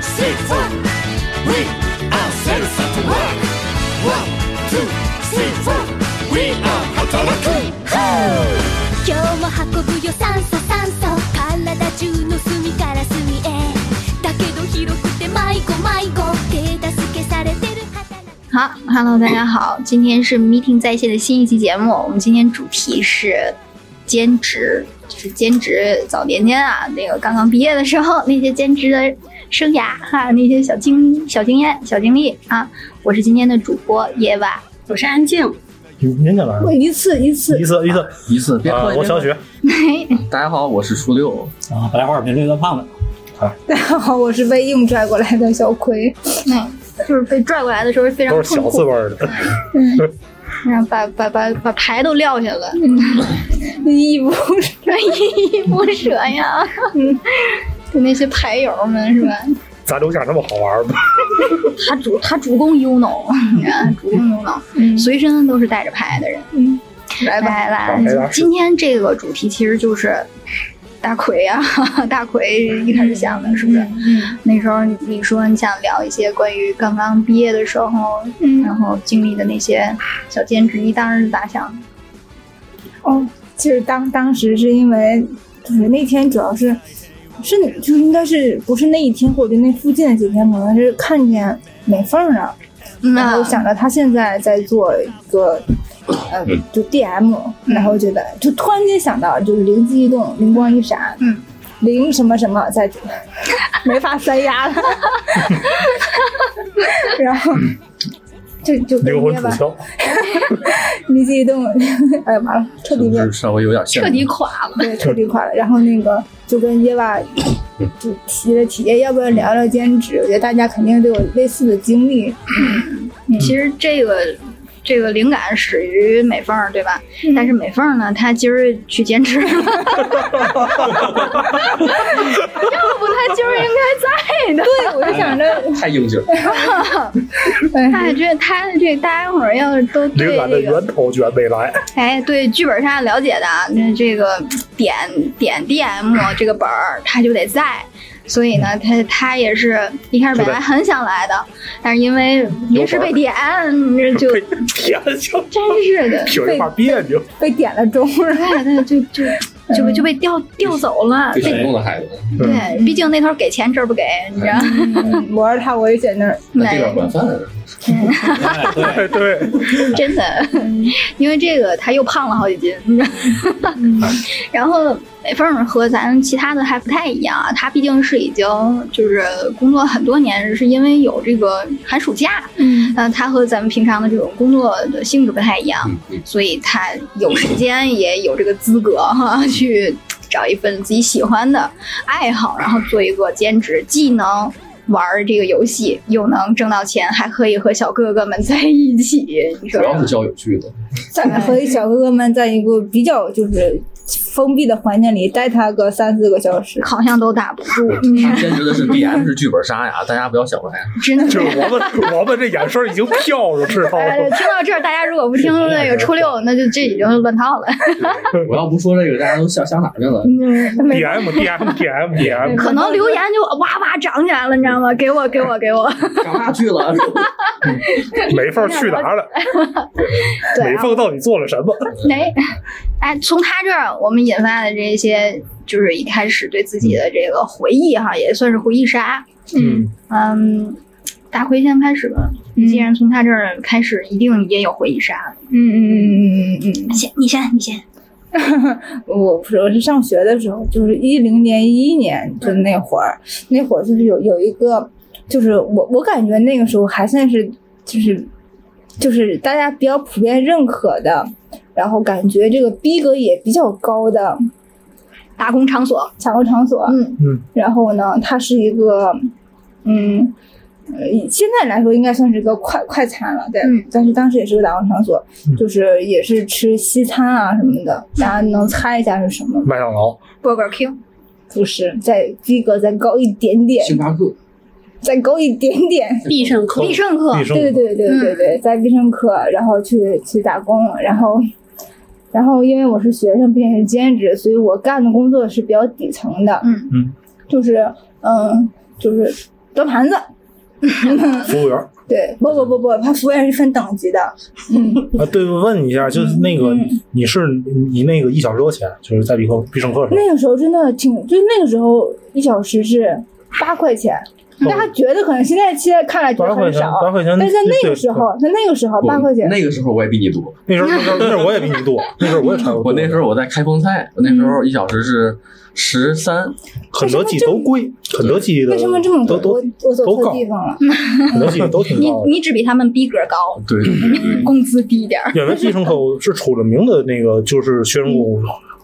say four. We ourselves have to work. One, two, three, four. We are 働く。今日も運ぶよ酸素酸素体中の隅から隅へだけど広くて迷子迷子手助けされてる働く好，Hello，大家好，今天是 Meeting 在线的新一期节目。我们今天主题是兼职，就是兼职早年间啊，那个刚刚毕业的时候那些兼职的生涯哈、那些小经小经验、小经历啊。我是今天的主播野娃，我是安静，您您干嘛？一次一次一次一次一次，别啊客气。我小雪大家好，我是初六。啊，白花耳面绿的胖子。好， 我是被硬拽过来的小葵。 就是被拽过来的时候非常 都是痛小苦字，辈儿的， 然后把把把把牌都撂下了， 一不依依不舍呀。 就那些牌友们是吧？咱留下这么好玩吗？他主他主攻 UNO，你知道吗 主攻 UNO，、随身都是带着牌的人。嗯来吧，来来来来吧，今天这个主题其实就是大奎啊， 大奎一开始想的是不是？嗯那时候你说你想聊一些关于刚刚毕业的时候，然嗯，后经历的那些小兼职，你当时是咋想的？ 哦，就是当当时是因为，就是那天主要是，是就是应该是不是那一天或者那附近的几天，可能是看见美凤了，然后想着她现在在做一个。呃，就 DM，然后觉得就突然间想到，就是灵机一动，灵光一闪，嗯，灵什么什么在， 没法塞牙了， 然后就就跟灵魂捏出吧，窍，灵机一动， 哎呀完了，彻是底不被是稍微有点像？彻底垮了。对，彻底垮了。然后那个就跟耶娃就提了提，哎要不要聊聊兼职？我觉得大家肯定都有类似的经历。其实这个这个灵感始于美凤儿，对吧？但是美凤儿呢，她今儿去兼职了， 要不她今儿应该在的。对，我就想着，哎太 应景了。她这她这待会儿要是都对灵感的这个源头居然没来，哎对剧本杀了解的啊，那这个点点 DM 这个本儿，她就得在。所以呢，她她也是一开始本来很想来的，但是因为临时被点，就被天就真是的。听着怕别扭。被点了钟， 对对，就就就就被调调走了。被选对中的孩子，对，毕竟那头给钱，这儿不给，你知道？嗯我是他，我也在那儿。那这边管饭。嗯对 对，真的， 因为这个他又胖了好几斤，你知道？ 然后美凤儿和咱其他的还不太一样啊，她毕竟是已经就是工作很多年，是因为有这个寒暑假，嗯，呃，她和咱们平常的这种工作的性质不太一样，嗯嗯，所以他有时间也有这个资格哈， 去找一份自己喜欢的爱好，然后做一个兼职，既能玩这个游戏，又能挣到钱，还可以和小哥哥们在一起。你主说要是教有趣的。咱们和小哥哥们在一个比较就是封闭的环境里待他个三四个小时。好像都打不 住，嗯他兼职的是 DM 是剧本 杀呀，大家不要想歪。真的。就是我们我们这眼神已经飘着，知道哎吗？听到这儿，大家如果不听那个初六，那就这已经乱套了。我要不说这个，大家都想想哪儿去嗯了？ D M D M D M D M，可能留言就哇哇涨起来了，你知道吗？给我，给我，给我！干嘛去 了？美 凤去哪儿了？对啊美凤到底做了什么？哎，哎，从他这儿我们引发的这些，就是一开始对自己的这个回忆哈，也算是回忆杀。嗯，嗯，大奎先开始吧。嗯既然从他这儿开始，一定也有回忆杀。嗯嗯嗯嗯嗯嗯。先，你先，你先。我不是，我是上学的时候，就是一零年、一一年，就那会儿，那会儿就是有有一个，就是我我感觉那个时候还算是就是就是大家比较普遍认可的，然后感觉这个逼格也比较高的打工场所，采购场所。嗯然后呢，它是一个，嗯，呃以现在来说应该算是个快快餐了，对。嗯但是当时也是个打工场所，嗯就是也是吃西餐啊什么的。大家能猜一下是什么吗？麦当劳， ，Burger King，不是，再逼格再高一点点， 星巴克，再高一点点。必胜客必胜客必，胜对对对对对，在必胜客，然后去去打工，然后，然后因为我是学生，并且是兼职，所以我干的工作是比较底层的，嗯嗯，就是嗯，就是端盘子。服务员儿对，不不不不，他服务员是分等级的。嗯，啊，对，问一下，就是那个你是你那个一小时多钱，就是在必课必胜客上，那个时候真的挺，就那个时候一小时是八块钱，大家觉得可能现在现在看来觉嗯八得块很钱少，，八块钱，但是在那对个时候，，在那个时候我八块钱，那个时候我也比你多，对那时候那时候那时候我也比你多，那时候我也差不多，我那时候我在开封嗯菜，我那时候一小时是十三，肯德基都贵，肯德基的为什么这么都贵？都我我走都错高，地方了。肯德基都挺你高的。你只比他们逼格高，对嗯对对嗯对，工资低一点儿。因为必胜客是出了名的那个，就是学生购物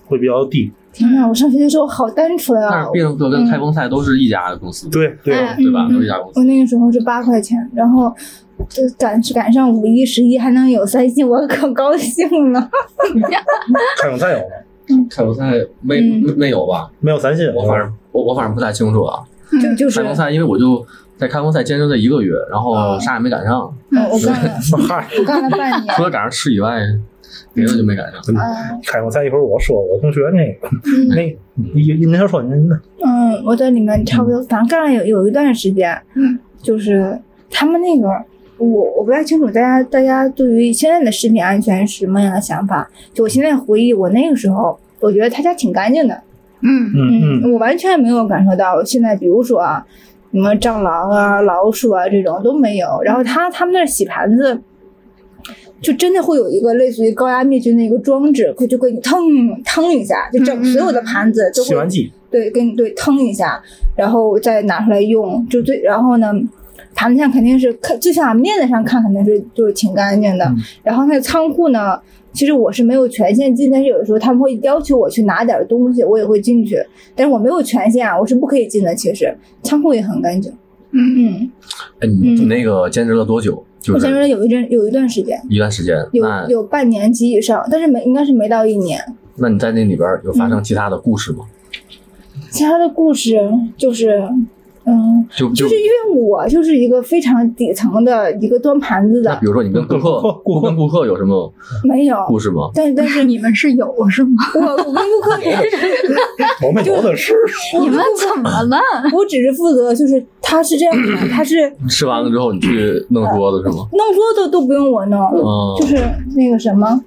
会比较低。天哪，我上学的时候好单纯但啊是！必胜客跟开封菜都是一家公司，对对，哎对吧？都是一家公司。我那个时候是八块钱，然后就赶赶上五一、十一还能有三星，我可高兴了。开封菜有吗？开封菜没嗯没没有吧？没有三信，我反正我我反正不太清楚啊。就就是开，封菜，因为我就在开封菜兼职了一个月，然后啥也没赶上，嗯我干了， 嗨，我干了半年除。了赶上吃以外，别的就没赶上。嗯开封菜一会儿我说我同学那个那您您先说您的，嗯，我在里面差不多，反正干了有有一段时间，嗯，就是他们那个。我我不太清楚大家大家对于现在的食品安全是什么样的想法。就我现在回忆，我那个时候，我觉得他家挺干净的，嗯嗯嗯，我完全没有感受到现在，比如说啊，什么蟑螂啊、老鼠啊这种都没有。然后他他们那儿洗盘子，就真的会有一个类似于高压灭菌的一个装置，会就给你腾腾一下，就整嗯嗯所有的盘子都洗会碗机对，给你对腾一下，然后再拿出来用，就最然后呢，盘子上肯定是看，就像面子上看肯定是就是挺干净的。嗯然后那个仓库呢，其实我是没有权限进，但是有的时候他们会要求我去拿点儿东西，我也会进去，但是我没有权限啊，我是不可以进的。其实仓库也很干净，嗯嗯，哎，你你那个兼职了多久？就我前是面有一阵有一段时间。一段时间。有那有半年及以上，但是没应该是没到一年。那你在那里边有发嗯生其他的故事吗？其他的故事就是，嗯，就就就是因为我就是一个非常底层的一个端盘子那的比，如说你跟顾客顾客顾客跟顾客有什么没有。故事吗？但但是你们是有是吗？我我跟顾客也是，我们有的是，你们怎么了？我只是负责就是他是这样的，他是吃完了之后你去弄桌子是吗？弄桌子都不用我弄，嗯，就是那个什么，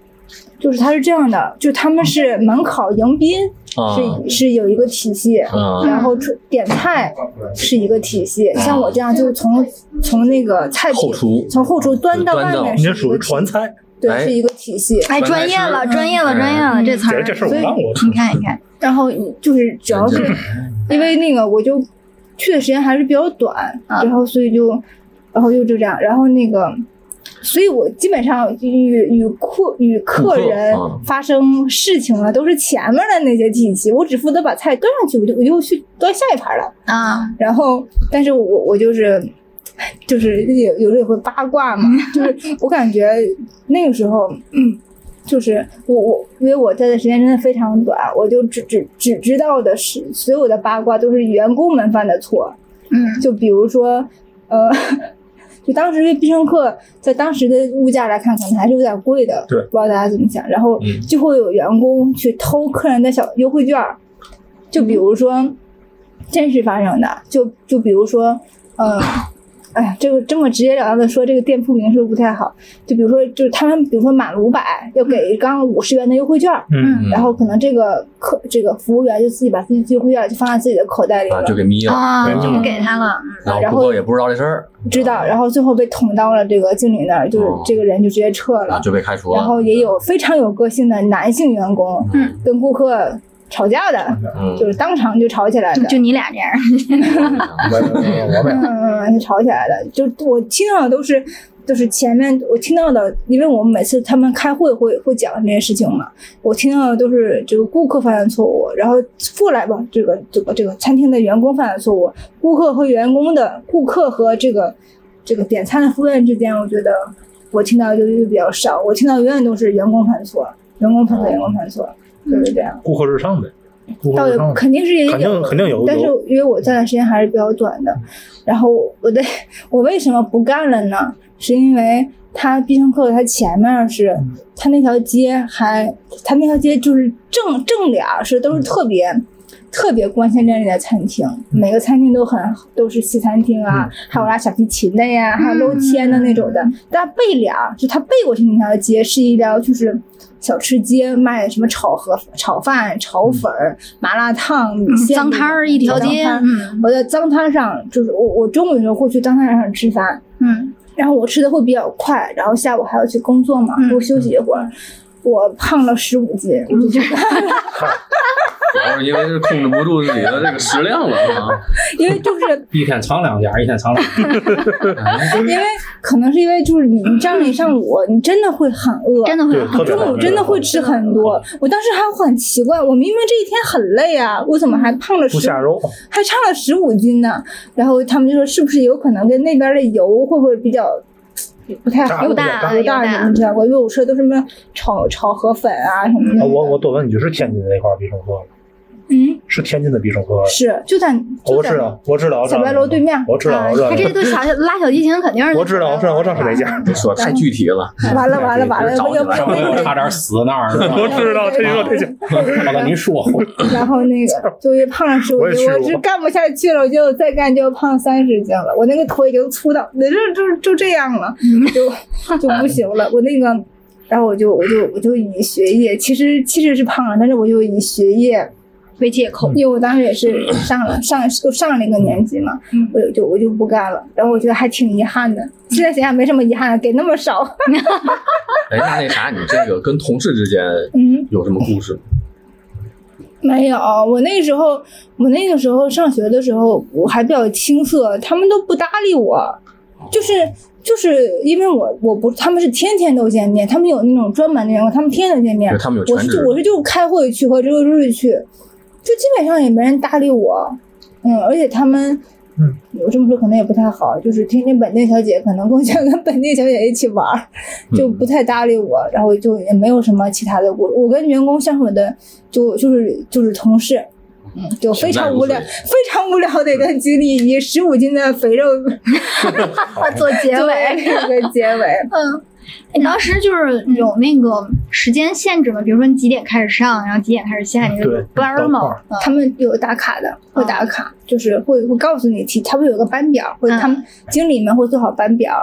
就是他是这样的，就他们是门口迎宾啊是是有一个体系，啊然后出点菜是一个体系，像我这样就从从那个菜品后厨从后厨端到对端外到面你是这一属于个体传菜，对哎是一个体系， 哎，专业了，专业了，专业了，这词这儿。嗯这事儿我干过，你看，你看，然后就是主要是因为那个我就去的时间还是比较短，啊然后所以就然后就就这样，然后那个。所以我基本上与与客与客人顾客啊发生事情了，都是前面的那些体系，我只负责把菜端上去，我就我就去端下一盘了。啊，然后，但是我我就是就是有有时候也会八卦嘛，就是我感觉那个时候， 嗯就是我我因为我在的时间真的非常短，我就只只只知道的是所有的八卦都是员工们犯的错，嗯就比如说，呃， 就当时因为必胜客在当时的物价来看，可能还是有点贵的，对不知道大家怎么想。然后嗯就会有员工去偷客人的小优惠券儿，就比如说，真实发生的，就就比如说，呃。 哎呀，这个这么直截了当的说，这个店铺名是不是不太好？就比如说，就是他们，比如说满五百，要给一刚五十元的优惠券儿，嗯，嗯然后可能这个客这个服务员就自己把自己的优惠券儿就放在自己的口袋里了，啊就给眯了，啊，嗯就不给他了。然后顾客也不知道这事儿，知道，然后最后被捅到了这个经理那儿，就是啊哦这个人就直接撤然了啊后。就被开除了。然后也有非常有个性的男性员工嗯跟顾客吵架的， 嗯，就是当场就吵起嗯来的。就你俩这样，我我们嗯，就吵起来了。就我听到的都是，就是前面我听到的，因为我们每次他们开会会会讲这些事情嘛，我听到的都是这个顾客犯的错误，然后过来吧，这个这个这个餐厅的员工犯的错误，顾客和员工的顾客和这个这个点餐的服务员之间，我觉得我听到的就比较少，我听到永远都是员工犯错，员工犯错，员工犯错，就是这样。顾客至上呗，顾倒客也至上，肯定是也有，肯定肯定有但是有嗯因为我在的时间还是比较短的，然后我的我为什么不干了呢？是因为它必胜客它前面是嗯嗯它那条街还它那条街就是正正脸儿是都是特别。特别光鲜亮丽的餐厅，每个餐厅都很都是西餐厅啊，嗯还有拉小提琴的呀，还有露天的那种的。但背脸儿就它背过去那条街是一条就是小吃街，卖什么炒河炒饭、炒粉儿、麻辣烫、米线、嗯脏摊儿一条街，脏摊儿嗯我在脏摊上，就是我我中午的时候会去脏摊上吃饭，嗯然后我吃的会比较快，然后下午还要去工作嘛，嗯多休息一会儿。我胖了十五斤，我就觉嗯得，主要是因为是控制不住自己的这个食量了啊。因为就是 一天藏两家，一天藏两家，因为可能是因为就是你你站了一上午，你真的会很饿，真的对会，很特别中午好真的会吃很多。我当时还很奇怪，我明明这一天很累啊，我怎么还胖了十不下肉，还差了十五斤呢？然后他们就说是不是有可能跟那边的油会不会比较？不太好，油大油油大大，你们知道过？因为我吃的都是什么炒炒河粉啊什么啊的。我我多问一句，是天津的那块必胜客吗？嗯，是天津的必胜客吗？啊是，就在就我在知道，我知道，我知道小白楼对面啊我知道，我知道他，这都小拉小提琴肯定是我知道，我知道，我知道是 哪家。你说太具体了，完了完了完了，找我起又来上回被我被差点死那儿，我知道这就是这我跟您说回然后 那个就又胖了十五我也斤，是我是我干不下去了，我就再干就胖三十斤了，我那个腿已经粗到，那就就就这样了，嗯就就不行了，我那个，然后我就我就我就以学业，其实其实是胖了，但是我就以学业。为借口，因为我当时也是上了上就上了一个年级嘛，嗯我就我就不干了，然后我觉得还挺遗憾的。现在想想没什么遗憾，给那么少，哎，那那啥，你这个跟同事之间嗯，有什么故事吗？没有，我那时候，我那个时候上学的时候，我还比较青涩，他们都不搭理我，就是就是因为我我不，他们是天天都见面，他们有那种专门的员工，他们天天见面就，他们有我全是职就，我是就开会去和周日去，就基本上也没人搭理我，嗯，而且他们。嗯，我这么说可能也不太好，就是天天本地小姐可能更想 跟本地小姐一起玩儿，就不太搭理我，然后就也没有什么其他的故事。我跟员工相处的就就是就是同事，嗯，就非常无聊，现在非常无聊的一个经历，以十五斤的肥肉做 结作尾为。这个结 尾。嗯，你当时就是有那个时间限制吗？比如说你几点开始上，然后几点开始下，你对就班儿等会 吗儿？他们有打卡的，会打卡，就是会会告诉你提，他们有个班表，或者嗯他们经理们会做好班表。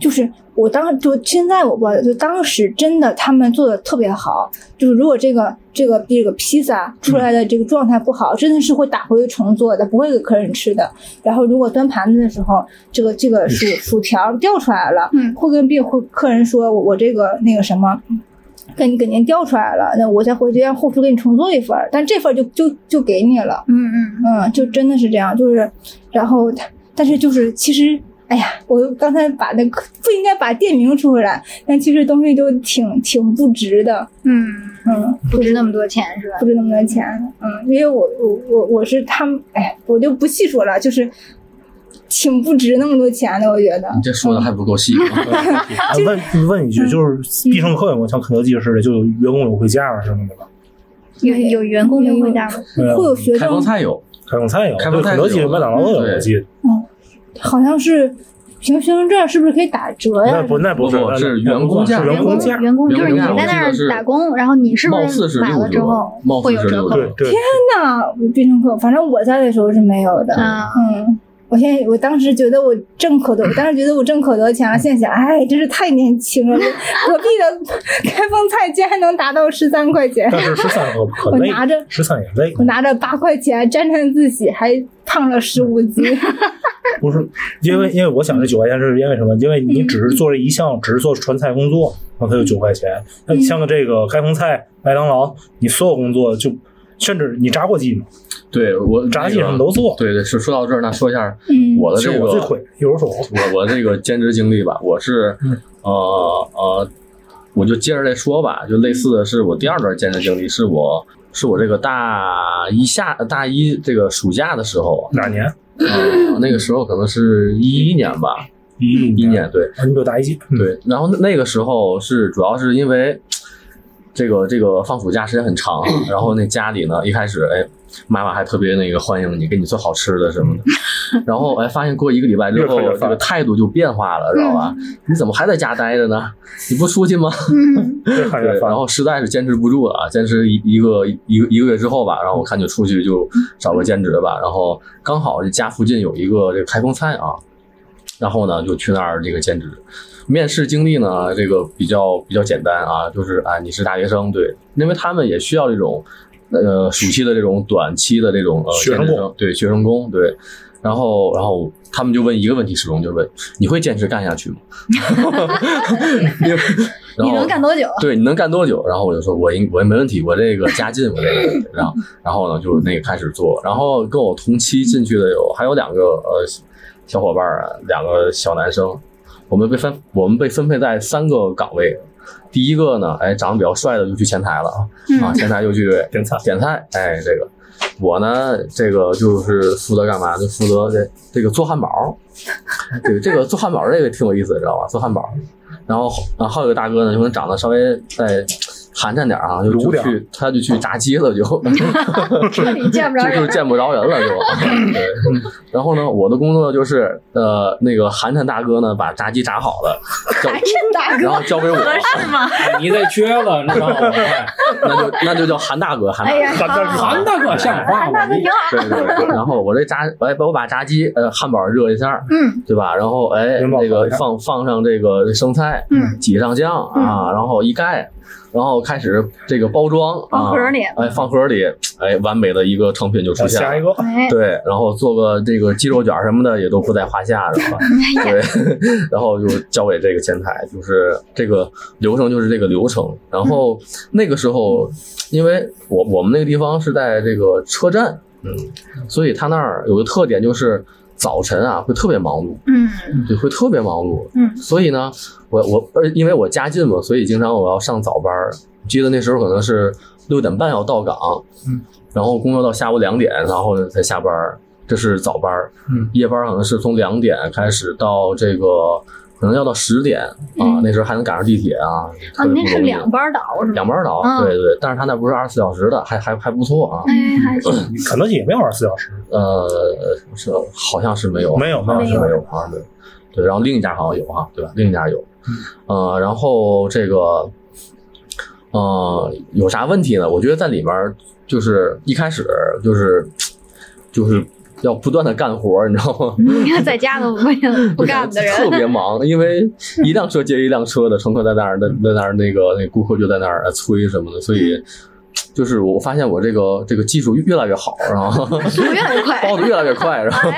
就是我当就现在我不知道，就当时真的他们做的特别好，就是如果这个这个这个披萨出来嗯的这个状态不好，真的是会打回去重做的，不会给客人吃的。然后如果端盘子的时候，这个这个薯薯条掉出来了，嗯会跟病会客人说我我这个那个什么。跟给您调出来了，那我再回去让后厨给你重做一份儿，但这份儿就就就给你了，嗯嗯，嗯，就真的是这样，就是，然后他，但是就是其实，哎呀，我刚才把那个不应该把店名说出来，但其实东西就挺挺不值的，嗯，嗯，不值那么多钱是吧？不值那么多钱，嗯，因为我我我我是他们，哎，我就不细说了，就是挺不值那么多钱的，我觉得你这说的还不够细。嗯 啊问问一句，就是必胜客有没有像肯德基似的，就有员工有回家啊什么的吧？有有员工就会加吗？没有会有学开生封菜有，开封菜有，开封菜肯德基、有啊麦当劳都有，对我记得。好像是凭学生证是不是可以打折呀那？不那不是，不不那是那员工价是员员工工价，员工就是你员工价在那我记儿得是打工，然后你是貌不似是买六了之折后，貌会似有是折六扣？对折。对，那必胜客，反正我在的时候是没有的。啊嗯，我现在我当时觉得我挣可多，我当时觉得我挣可多钱了。现在想，哎，真是太年轻了。隔壁的开封菜竟然还能达到十三块钱，但是十三可可我累，拿着十三也累，我拿着八块钱沾沾自喜，还胖了十五斤。不是因为因为我嗯想这九块钱是因为什么？因为你只是做这一项，只是做传菜工作，那它就九块钱。那你像这个开封菜、麦当劳，你所有工作就甚至你炸过鸡嘛，对我炸那鸡个什么都做。对对，是说到这儿，那说一下嗯我的其这实个我最亏，有时候我我这个兼职经历吧，我是嗯呃呃，我就接着再说吧，就类似的是我第二段兼职经历，是我是我这个大一下大一这个暑假的时候，啊哪嗯年？呃，那个时候可能是一一年吧，一一一年对啊，你比我大一届。嗯，对，然后那那个时候是主要是因为。这个这个放暑假时间很长，嗯然后那家里呢一开始哎，妈妈还特别那个欢迎你，给你做好吃的什么的，然后哎发现过一个礼拜之后嗯越嗯说越，这烦个态度就变化了，知道吧？你怎么还在家待着呢？你不出去吗？嗯，这看对，着然烦。后实在是坚持不住了啊，坚持一一个一个一个月之后吧，然后我看就出去就找个兼职吧，然后刚好这家附近有一个这个开封菜啊，然后呢就去那儿这个兼职。面试经历呢，这个比较比较简单啊，就是啊你是大学生，对，因为他们也需要这种呃暑期的这种短期的这种呃学生兼职工对学生工对。然后，然后他们就问一个问题，始终就问：你会坚持干下去吗？ 然你后能干多久？对，你能干多久？然后我就说，我应我没问题，我这个家进，我这个，然后然后呢，就那个开始做，然后跟我同期进去的有还有两个呃小伙伴儿啊，两个小男生，我们被分我们被分配在三个岗位，第一个呢，哎，长得比较帅的就去前台了啊，嗯啊，前台就去点菜点菜，哎，这个我呢，这个就是负责干嘛？就负责这这个做汉堡， 这个这个做汉堡这个挺有意思的，知道吧？做汉堡，然后然后还有一个大哥呢，就能长得稍微再寒碜点儿啊，就儒就点儿去他就去炸鸡了，就 这嗯里哎见不着这就人是。见不着人 了就。对，然后呢，我的工作就是呃，那个寒碜大哥呢，把炸鸡炸好了，交还真大然哥，后交给我，你这缺了，你 知道吗？那就那就叫韩大哥，韩大哎哥。呀，咱咱韩大哥像话韩吗大哥？挺好。对对对，然后我这炸，哎，我把炸鸡，呃，汉堡热一下，嗯，对吧？然后哎，元宝烤那一下个放放上这个生菜，嗯，挤上酱啊，然后一盖，然后开始这个包装，啊放盒里哎，放盒里，哎，完美的一个成品就出现下一了。个哎，对，然后做个这个鸡肉卷什么的也都不在话下，是吧？哎对， 然后就交给这个前台，就是这个流程就是这个流程。然后那个时候，因为我我们那个地方是在这个车站，嗯，所以他那儿有个特点就是早晨啊会特别忙碌，嗯对，会特别忙碌。嗯所以呢，我我而因为我家近嘛，所以经常我要上早班儿。记得那时候可能是六点半要到岗，嗯，然后工作到下午两点，然后才下班儿，这是早班儿。嗯，夜班儿可能是从两点开始到这个可能要到十点啊，嗯那时候还能赶上地铁啊，啊，特那别不是容易两班倒是吗？两班儿倒，嗯对对对，但是他那不是二十四小时的，还还还不错啊。哎，还行。肯德基也没有二十四小时，呃，是好像是没有，没有好像是没没有啊，对，对，然后另一家好像有啊哈，对吧？另一家有，嗯呃，然后这个，呃，有啥问题呢？我觉得在里面儿就是一开始就是就是要不断的干活儿，你知 道吗？你嗯看在家都不 不干的人，特别忙，因为一辆车接一辆车的乘客在那儿，在在那儿那个那顾客就在那儿呃催什么的，所以就是我发现我这个这个技术越来越好，然后 速度越来越快。 包的越来越快，然 后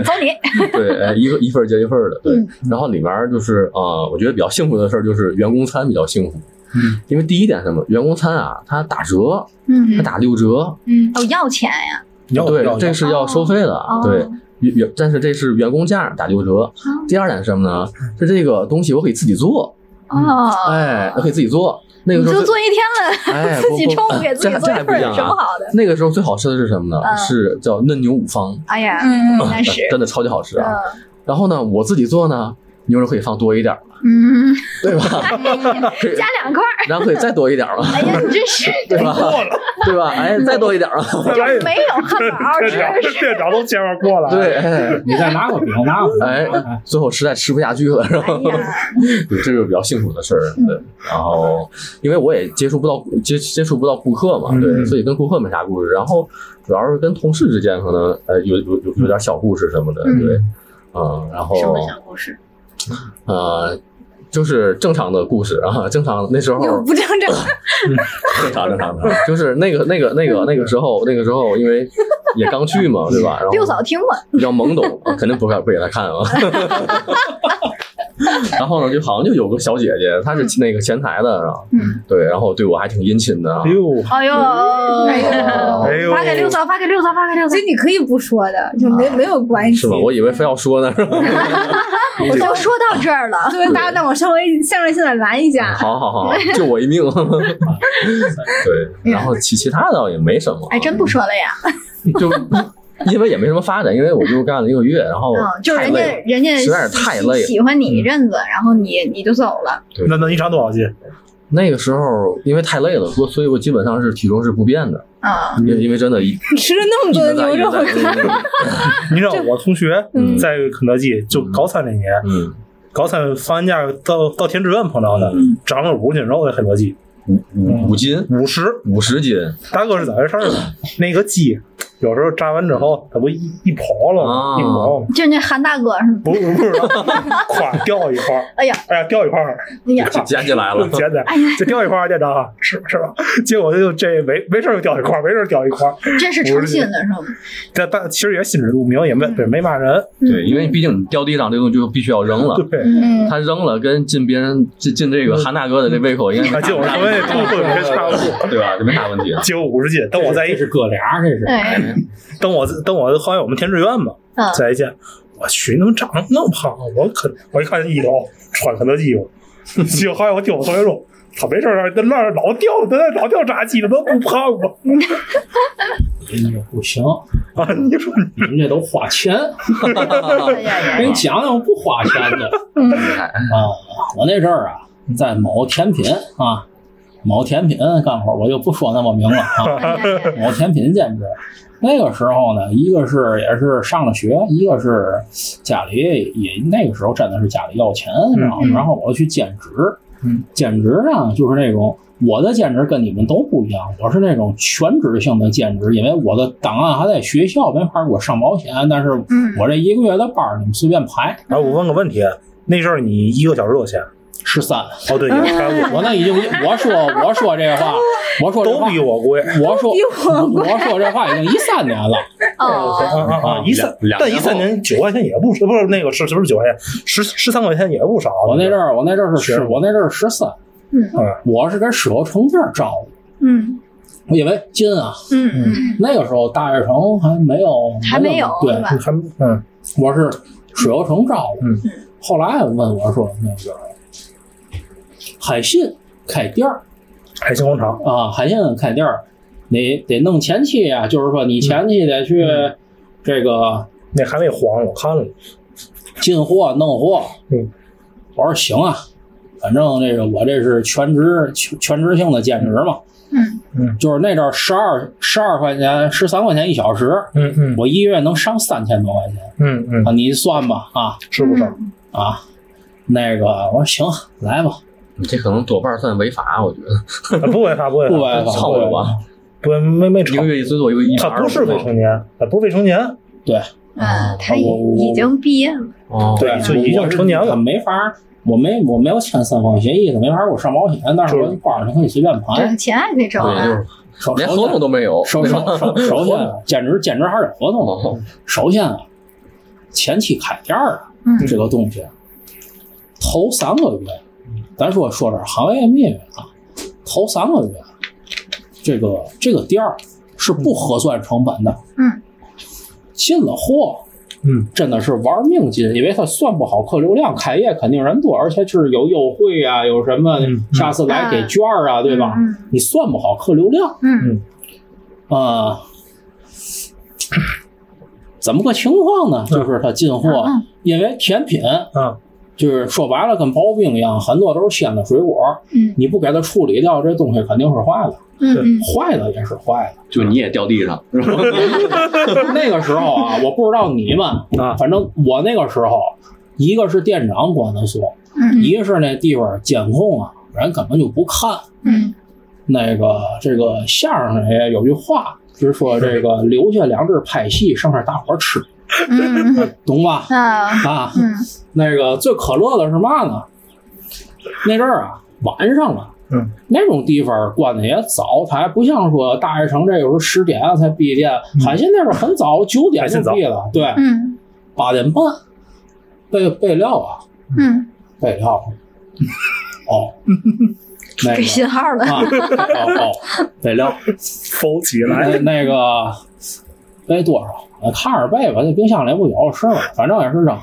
走你，对，哎一个一份儿接一份儿的，对嗯。然后里面儿就是呃，我觉得比较幸福的事儿就是员工餐比较幸福，嗯，因为第一点什么，员工餐啊，它打折，它嗯打六折，嗯，哦，要钱呀，要对哦要，这是要收费的，哦对。员员，但是这是员工价打六折。第二点是什么呢？是这个东西我可以自己做，哦，哎，我可以自己做。那你个时候就最做一天了， 哎，自己不不中午给自己这做这还一不一份样有什么啊。好的？那个时候最好吃的是什么呢？嗯是叫嫩牛五方，哎呀，嗯那是，真的超级好吃啊。嗯然后呢，我自己做呢，牛肉可以放多一点儿，嗯，对 吧？可以加两块儿，然后可以再多一点儿嘛，哎呀，你这是对吧？对吧？哎，再多一 点儿啊，再就来一是个没有汉 堡， 这只俩是这俩都接着过来，对，，哎你再拿过饼，拿过饼。哎，最后实在吃不下去了，然后哎呀， 嗯对，这就是比较幸福的事儿。对，然后因为我也接触不到接接触不到顾客嘛，对，嗯所以跟顾客没啥故事。然后主要是跟同事之间可能呃有有有有点小故事什么的，嗯对，嗯，然后什么小故事？呃。就是正常的故事啊，正常那时候又不正正，正常正常的， 就是那个那个那个那个时候那个时候，因为也刚去嘛，对吧？然后六嫂听过，比较懵懂，啊肯定不会不给他看啊。 然后呢，就好像就有个小姐姐，她是那个前台的，然后嗯对，然后对我还挺殷勤的啊哎。呦，哎呦，嗯哎呦发给六嫂，发给六嫂，发给六嫂这，你可以不说的，就没没有关系。是吧？我以为非要说呢，是吧？哎 我 都说到这儿嗯了，作为搭档，我稍微象征性的拦一下。好好 好，救我一 命。对，然后其其他倒也没什么，哎，真不说了呀，就因为也没什么发展，因为我就干了一个月，然后嗯，就是哦太人家累了，人家实在是太累了嗯喜欢你一阵子，然后你你就走了，那能一场多少斤？那个时候因为太累了，所所以我基本上是体重是不变的，啊，因为因为真的一吃了那么多的牛肉，一直在一嗯直在你知道我同学嗯在肯德基就高三那年，嗯，高三放完假到到天志愿碰着的嗯，长了五十斤肉在肯德基，五嗯五五斤五十。五十斤大哥是咋回事儿呢？那个鸡有时候炸完之后，它不一一刨了吗？哦啊一刨吗？就是那韩大哥是吗？不不不知 道，咵掉一块儿，哎呀，哎呀掉一块儿，哎呀，就捡起来 了，捡哎的，就掉一块儿，店长吃吃吧。结果就这没没事儿就掉一块儿，没事儿掉一块儿。这是诚信的是吗？但但其实也心知肚明，也嗯没也没骂人，对，因为毕竟你掉地上这东西就必须要扔了。对。嗯嗯，他扔了，跟进别人进进这个韩大哥的这胃口应该啊，没结果我也肚子没差不多， 对吧？这没啥问题。啊结果五十斤。等我在一这是哥俩，这是对，等我等我后来我们填志愿嘛，嗯在一见，我去，能长那么胖？啊我肯我一看一楼穿肯德基了，结果后来我听我同学说。他没事儿，那那儿老掉，那老掉炸鸡了，能不胖啊吗？你这哎不行， 啊，你说你你们这都 花钱。哎呀呀，跟你讲讲，我不花钱的。嗯啊，我那阵儿啊，在某甜品啊，某甜品干活，我就不说那么明了啊。哎呀呀，某甜品兼职，那个时候呢，一个是也是上了学，一个是家里也那个时候真的是家里要钱，然后嗯然后我就去兼职嗯，兼职呢就是那种。我的兼职跟你们都不一样，我是那种全职性的兼职，因为我的档案还在学校，没法给我上保险。但是嗯我这一个月的班儿你们随便排，哎，我问个问题，那阵儿你一个小时多少钱？十三，哦，对，也差 不多，我那已经，我说我说这话，我说这都话比，我贵。我说比我我说这话已经一三年了，啊哦，啊啊！一三，两但两一年三后年九块钱也不是，不是那个是是不是九块钱？十十三块钱也不少。我那阵儿我那阵儿是是十，我那阵儿十三，嗯我是跟舍友成这儿招嗯的，因为近啊，嗯嗯，那个时候大悦城还没有，还没有对对，吧？还嗯我是舍友成招的，嗯后来问我说那个海信开店儿海鲜广场，啊，海信开店儿，你得弄前期啊，就是说你前期得去这个。那还没黄，我看了。进货弄货。嗯，我说行啊，反正这个我这是全职全全职性的兼职嘛。嗯嗯就是那阵儿十二十二块钱十三块钱一小时，嗯嗯我一月能上三千多块钱嗯嗯，啊，你算吧啊是不是？嗯啊，那个我说行来吧，你 这可能多半算违法，我觉得。啊不违法，不违不法，违法，操不违我法吧，不没没一吵个。月一最多一个一百他二啊不是未成年，他不是未成年。对嗯，他已我我已经毕业了，哦，对哎就已经我是成年了他没法儿。我没我没有签三方协议，他没法儿给我上保险，但是我就是保险可以随便对，盘，哎钱还可以挣对，就啊，是首连首合先同都没有。 首首首首先啊，兼职兼职还是合同嘛哦首先啊，前期开店儿啊，嗯这个东西，头三个月，咱说说点行业秘密啊，头三个月，这个这个店儿是不核算成本的，嗯，进了货。嗯，真的是玩命进，因为它算不好客流量，开业肯定人多，而且就是有优惠啊，有什么嗯嗯下次来给券儿啊，对吧？嗯你算不好客流量，嗯啊， 怎么个情况呢？就是他进货，嗯因为甜品啊，就是说白了跟刨冰一样，很多都是鲜的水果，嗯你不给它处理掉，这东西肯定是坏的，嗯嗯坏了也是坏的。就你也掉 地 上，是吧？那个时候啊，我不知道你们，啊反正我那个时候，一个是店长管得松，嗯一个是那地方监控啊，人根本就不看。嗯那个这个相声里有句话，就是说这个留下两只拍戏，剩下大伙儿吃，嗯懂吧？啊啊，嗯那个最可乐的是嘛呢？那阵儿啊，晚上了，嗯，那种地方关的也早，它还不像说大悦城这有时候十点啊才闭店，海鲜那边很早，九点就闭了，对，嗯八点半。备备料啊，嗯，备料，哦，那给个信号了，啊，哦哦，备料，否起来。嗯那那个备多少？我看着备吧，那冰箱里不有，是吧？反正也是扔。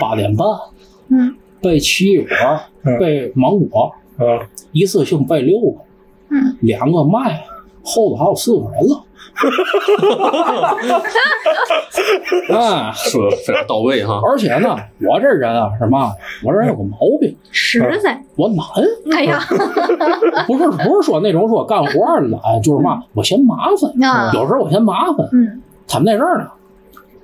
八点半，嗯备奇异果嗯，备芒果，啊，一次性备六个，嗯两个 卖，后头还有四个人了。哎，说的非常到位 哈。而且呢，我这人啊是嘛，我这人有个毛病，实在，我懒。哎呀，不是不是说那种说干活儿懒，就是嘛，我嫌麻烦，啊有时候我嫌麻烦。嗯他们那阵儿呢，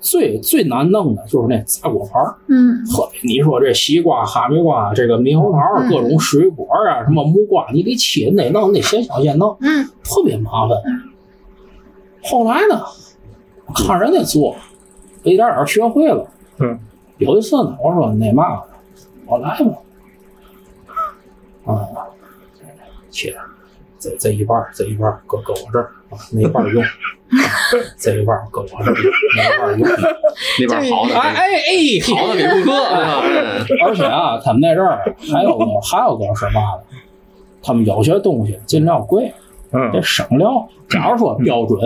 最最难弄的就是那杂果盘儿，嗯特别你说这西瓜、哈密瓜、这个猕猴桃儿、嗯各种水果儿啊，什么木瓜，你得切，你得弄，你得现削现弄，嗯特别麻烦。后来呢，我看人家做，我一点点儿学会了。嗯，有一次呢，我说那嘛，我来吧，啊，切，这这一半儿这一半儿搁搁我这儿啊，那一半 儿用，啊这一半儿搁我这儿，那一半儿用。那边好的哎给，哎哎，好的给顾客啊，哎 而且啊，他们在这儿还有个还有个是嘛呢？他们有些东西进料贵，得嗯省料。假如说标准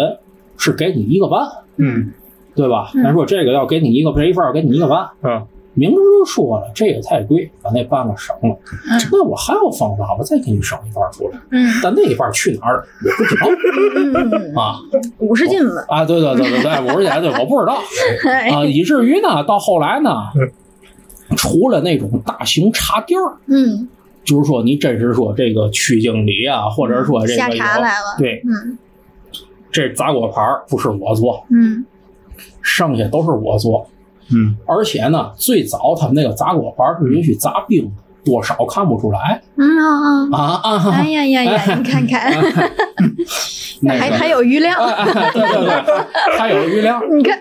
是给你一个万，嗯对吧？嗯咱说这个要给你一个这一份儿要给你一个万，嗯，明着就说了，这个太贵，把那半个省了。那我还有方法，我再给你省一半儿出来。嗯但那一半儿去哪儿了？我不知道嗯，啊五十斤吧，啊！对对对对对，我说姐，对，我 不知道。哎啊，以至于呢，到后来呢，除了那种大型茶店儿，嗯，就是说你真是说这个区经理啊，或者说这下个茶有来了，对嗯这杂果盘儿不是我做，嗯剩下都是我做。嗯而且呢，最早他们那个杂果盘儿是允许砸冰的，多少看不出来嗯啊啊，啊啊哎，呀呀呀，你看看，那还个还有余量，哎哎对对对，还有余量。 你看，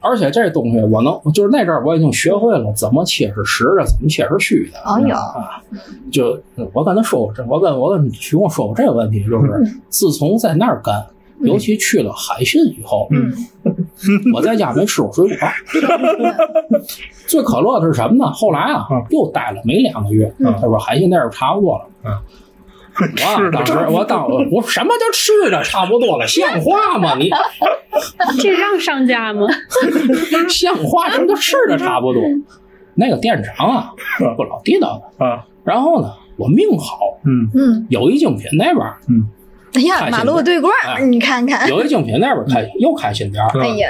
而且这东西我能，就是那阵儿我已经学会了怎么切是实的，怎么切是虚的。哎呦啊，就呃我跟他说过这，我跟我跟徐工说过这个问题，就是自从在那儿干，尤其去了海信以后，嗯我在家没吃过水果。最可乐的是什么呢？后来啊嗯，又待了没两个月，嗯他说海信那儿差不多了。嗯我啊当时我当我什么叫吃的差不多了，像话吗你？ 这让上架吗？ 像话，什么都吃的差不多。那个店长啊，不老地道的。啊然后呢，我命好，嗯嗯，有一精品那边儿，哎呀，马路对过儿，你看看，有一精品那边儿嗯开又开新店儿。哎呀，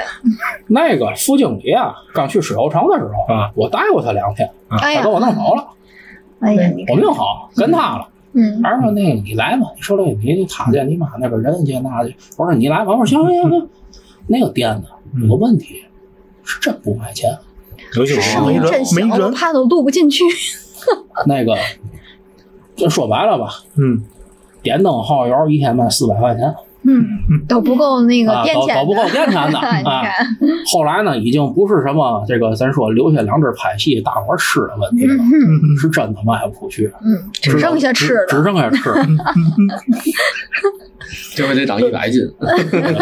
那个副经理啊，刚去水后城的时候啊，我带过他两天，哎他呀给，我弄走了，哎呀，你我看，命好，跟他了。嗯然后那个你来吧，你说这你他见你妈那边人见那去，我说你来吧，我说行行行。啊 那个店呢有个问题，是真不卖钱。尤其市是没民人真小，没我人，怕都录不进去，那个，就说白了吧，嗯点灯耗油一天卖四百块钱，嗯，都不够那个啊，电都钱都不够的，电钱的 你啊。看，后来呢，已经不是什么这个咱说留下两只拍戏大伙儿吃的问题了，嗯嗯是真的卖不出去，嗯，只剩下吃只的，剩下吃。 嗯这回得长一百斤，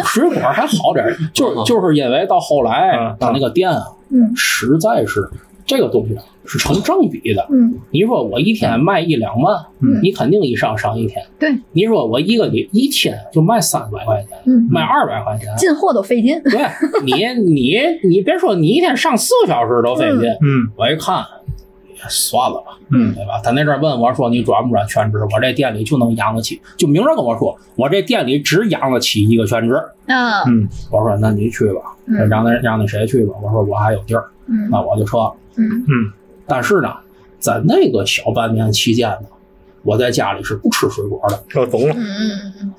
水果还好点儿，就是就是因为到后来嗯他那个店啊，嗯实在是这个东西啊是成正比的。嗯你说我一天卖一两万，嗯你肯定一上上一天。对，你说我一个礼一天就卖三百块钱，嗯，卖二百块钱，进货都费劲， 对你，你你别说，你一天上四个小时都费劲。嗯我一看，也算了吧，嗯对吧？他那阵儿问我说：“你转不转全职？”我这店里就能养得起，就明着跟我说，我这店里只养得起一个全职。啊，嗯我说：“那你去吧，嗯让那让那谁去吧。”我说：“我还有地儿，嗯那我就撤了。”嗯嗯，但是呢，在那个小半年期间呢，我在家里是不吃水果的。要哦懂了嗯，嗯嗯嗯，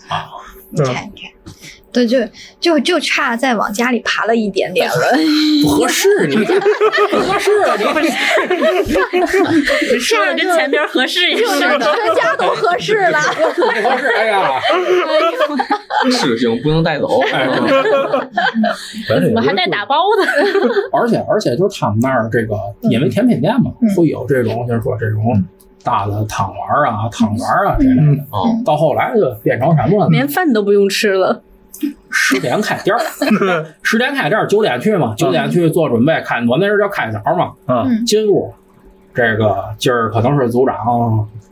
你看你看，对，就就就差再往家里爬了一点点了，不合适，你不合适啊！你说的跟前边合适一就是样。这家都合适了，不合适，哎呀，是行不能带走。哎反正 怎么还带在打包的？而且而且就是他们那儿这个，因为甜品店嘛，嗯会有这种就是说这种大的汤圆儿啊、汤圆儿啊这类的。哦，到后来就变成什么了呢？连饭都不用吃了，十点开店儿，十点开店儿，九点去嘛，九点去做准备开。我那时候叫开早嘛，啊嗯进屋，这个今儿可能是组长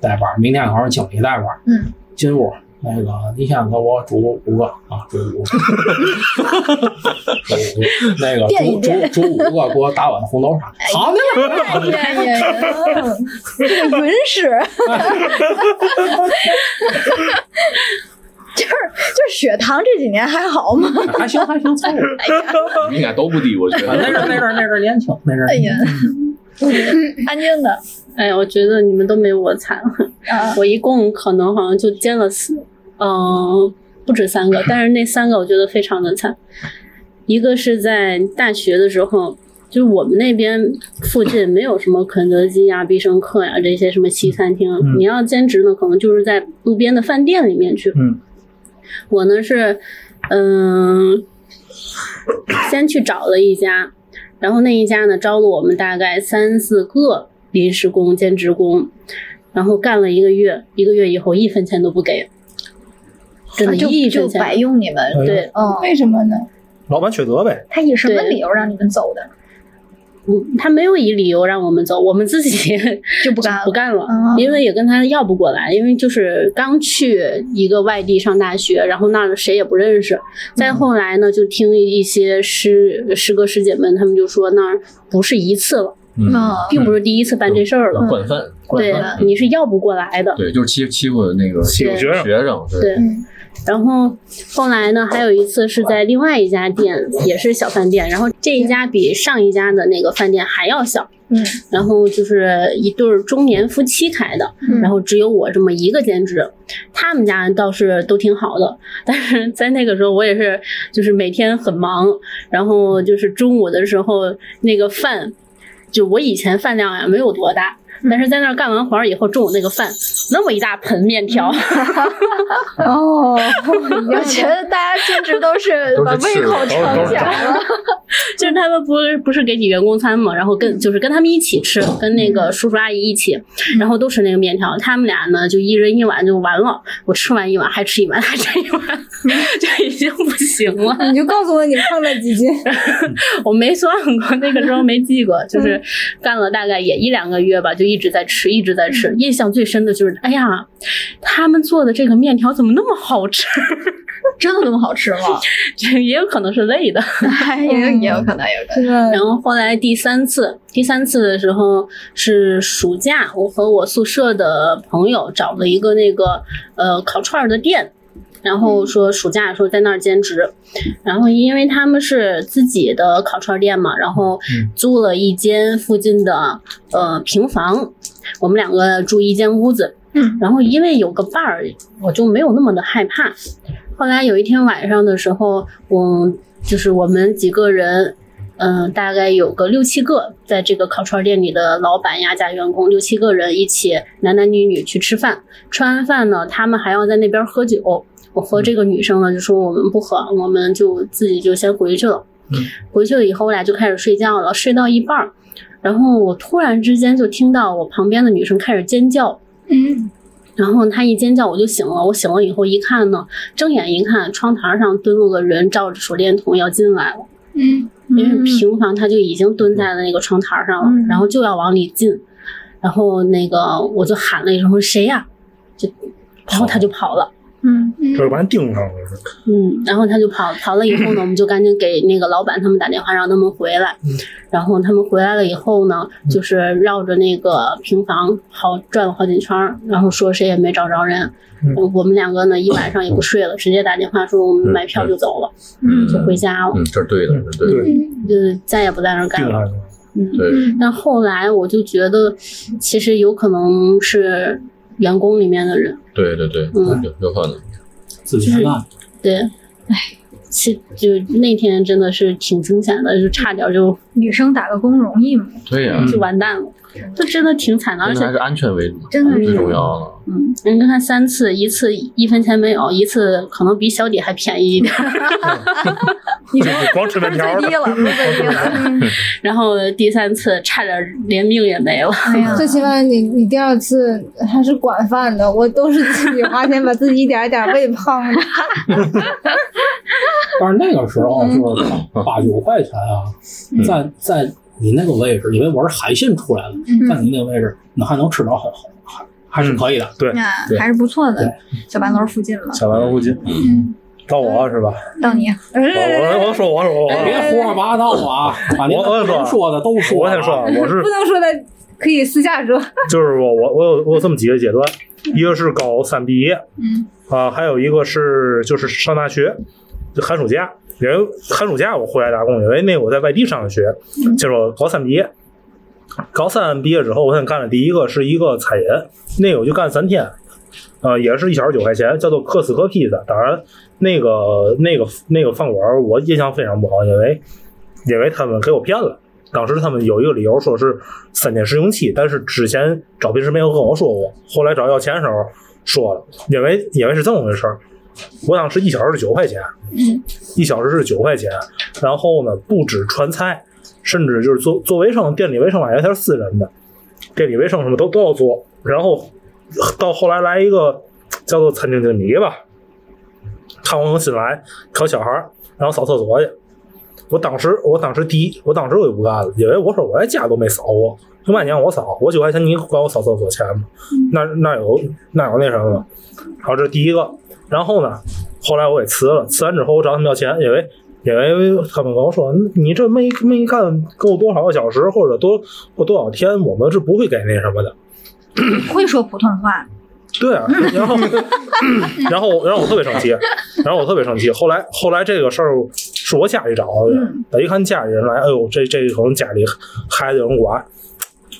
带班儿，明天可能是经理带班儿。嗯，进屋。那个，你先给我煮五个啊，煮五个，煮五个那个变煮一变煮煮五个，给我打碗红豆沙。好的，哎呀呀呀，这个云是，就是就是血糖这几年还好吗？还行还哎行，凑合。应该都不低，我觉那阵得。儿那阵儿那阵儿年嗯轻，那阵儿哎呀，安静的哎呀，我觉得你们都没我惨。啊， 我一共可能好像就兼了四，嗯、不止三个，但是那三个我觉得非常的惨。一个是在大学的时候，就是我们那边附近没有什么肯德基呀、必胜客呀这些什么西餐厅，嗯你要兼职呢，可能就是在路边的饭店里面去。嗯我呢是，嗯、先去找了一家，然后那一家呢招了我们大概三四个临时工、兼职工，然后干了一个月，一个月以后一分钱都不给，真的，啊就一分就白钱。用你们。哎对，嗯，为什么呢？老板缺德呗，他以什么对理由让你们走的？嗯他没有以理由让我们走，我们自己 就不干了不干了哦，因为也跟他要不过来，因为就是刚去一个外地上大学，然后那儿谁也不认识。再后来呢，就听一些师师哥师姐们他们就说那儿不是一次了，嗯那并不是第一次办这事儿了，惯犯，嗯对惯犯，你是要不过来的。对，就是欺欺负那个欺负学生学生，对对嗯，然后后来呢，还有一次是在另外一家店，也是小饭店，然后这一家比上一家的那个饭店还要小，嗯，然后就是一对儿中年夫妻开的，嗯然后只有我这么一个兼职，他们家倒是都挺好的，但是在那个时候我也是就是每天很忙，然后就是中午的时候那个饭，就我以前饭量呀没有多大。但是在那儿干完活儿以后，中午那个饭那么一大盆面条， 哦，我觉得大家兼职都 是都把是胃吃的口都是撑都是起来了。就是他们不是不是给你员工餐嘛，然后跟就是跟他们一起吃，跟那个叔叔阿姨一起，然后都吃那个面条。他们俩呢就一人一碗就完了，我吃完一碗还吃一碗还吃一碗， 就已经不行了。你就告诉我你胖了几斤？我没算过，那个时候没记过，就是干了大概也一两个月吧，就一直在吃，一直在吃。印象最深的就是，哎呀，他们做的这个面条怎么那么好吃？ 真的那么好吃吗？这也有可能是累的。 哎，也有也有可能，也有可能。这个然后后来第三次，第三次的时候是暑假，我和我宿舍的朋友找了一个那个呃烤串儿的店，然后说暑假的时候在那儿兼职，然后因为他们是自己的烤串儿店嘛，然后租了一间附近的呃平房，我们两个住一间屋子，嗯，然后因为有个伴儿，我就没有那么的害怕。后来有一天晚上的时候，我就是我们几个人，嗯、大概有个六七个，在这个烤串店里的老板呀加员工六七个人一起男男女女去吃饭。吃完饭呢，他们还要在那边喝酒。我和这个女生呢就说我们不喝，我们就自己就先回去了。回去了以后，我俩就开始睡觉了。睡到一半儿，然后我突然之间就听到我旁边的女生开始尖叫。嗯，然后他一尖叫，我就醒了。我醒了以后一看呢，睁眼一看，窗台上蹲了个人，照着手电筒要进来了。嗯，因为平房他就已经蹲在了那个窗台上了，嗯然后就要往里进。然后那个我就喊了一声：“谁呀、就，然后他就跑了。嗯这是把人盯上了。是嗯，然后他就跑跑了以后呢，我们就赶紧给那个老板他们打电话，让他们回来。然后他们回来了以后呢，就是绕着那个平房好转了好几圈儿，然后说谁也没找着人。呃嗯我我们两个呢一晚上也不睡了，直接打电话说我们买票就走了，嗯就回家了，嗯，这是对的，这是对的，对，就是再也不在那儿干盯了。上了。嗯，对，但后来我就觉得，其实有可能是员工里面的人，对对对，嗯有有可能。自己干。对，哎，是就那天真的是挺惊险的，就差点就女生打个工容易吗？对呀，嗯就完蛋了，就真的挺惨的，而现且在还是安全为主，真的是最重要了。嗯，人家看三次，一次一分钱没有，一次可能比小底还便宜一点儿，就是 光吃面分条最低了，的，分最 低了。然后第三次差点连命也没了，哎呀，最起码你你第二次还是管饭的，我都是自己花钱把自己一点一点喂胖的。但是那个时候就是八九块钱啊，嗯在在你那个位置，因为我是海信出来的，嗯在你那个位置，你还能吃着很好，还还是可以的。那对还是不错的对，小半楼附近了。小丸子附近，到我是吧？到你，我我我 说我哎说我别说胡说八道啊！把您我我能说的都 说我了 先说，啊，我是 不能说的，可以私下说。就是我我我有我有这么几个阶段，一个是搞散毕业，嗯啊，还有一个是就是上大学，就寒暑假，因为寒暑假我回来打工，因为那我在外地上的学，就是我高三毕业。高三毕业之后，我先干的第一个是一个餐饮，那个我就干三天，呃，也是一小时九块钱，叫做克斯克披萨。当然，那个那个那个饭馆我印象非常不好，因为因为他们给我骗了。当时他们有一个理由说是三天试用期，但是之前招聘时没有跟我说过，后来找要钱的时候说了，因为因为是这么回事儿。我当时一小时是九块钱， 一小时是九块钱，然后呢，不止传菜，甚至就是做做卫生，店里卫生玩意儿它是私人的，店里卫生什么都都要做。然后到后来来一个叫做餐厅经理吧，看我从新来，考小孩儿，然后扫厕所去。我当时，我当时第一，我当时我就不干了，因为我说我在家都没扫过，他妈你让我扫，我九块钱你管我扫厕所钱吗？那那有那有那什么吗？然后这是第一个，然后呢，后来我给辞了，辞完之后我找他们要钱，因为因为他们跟我说，你这没没干够多少个小时或者多或多少天，我们是不会给那什么的。会说普通话，对啊，然后然后然后我特别生气，然后我特别生气。后来后来这个事儿是我家里找的，我一看家里人来，哎呦，这这可能家里孩子有人管，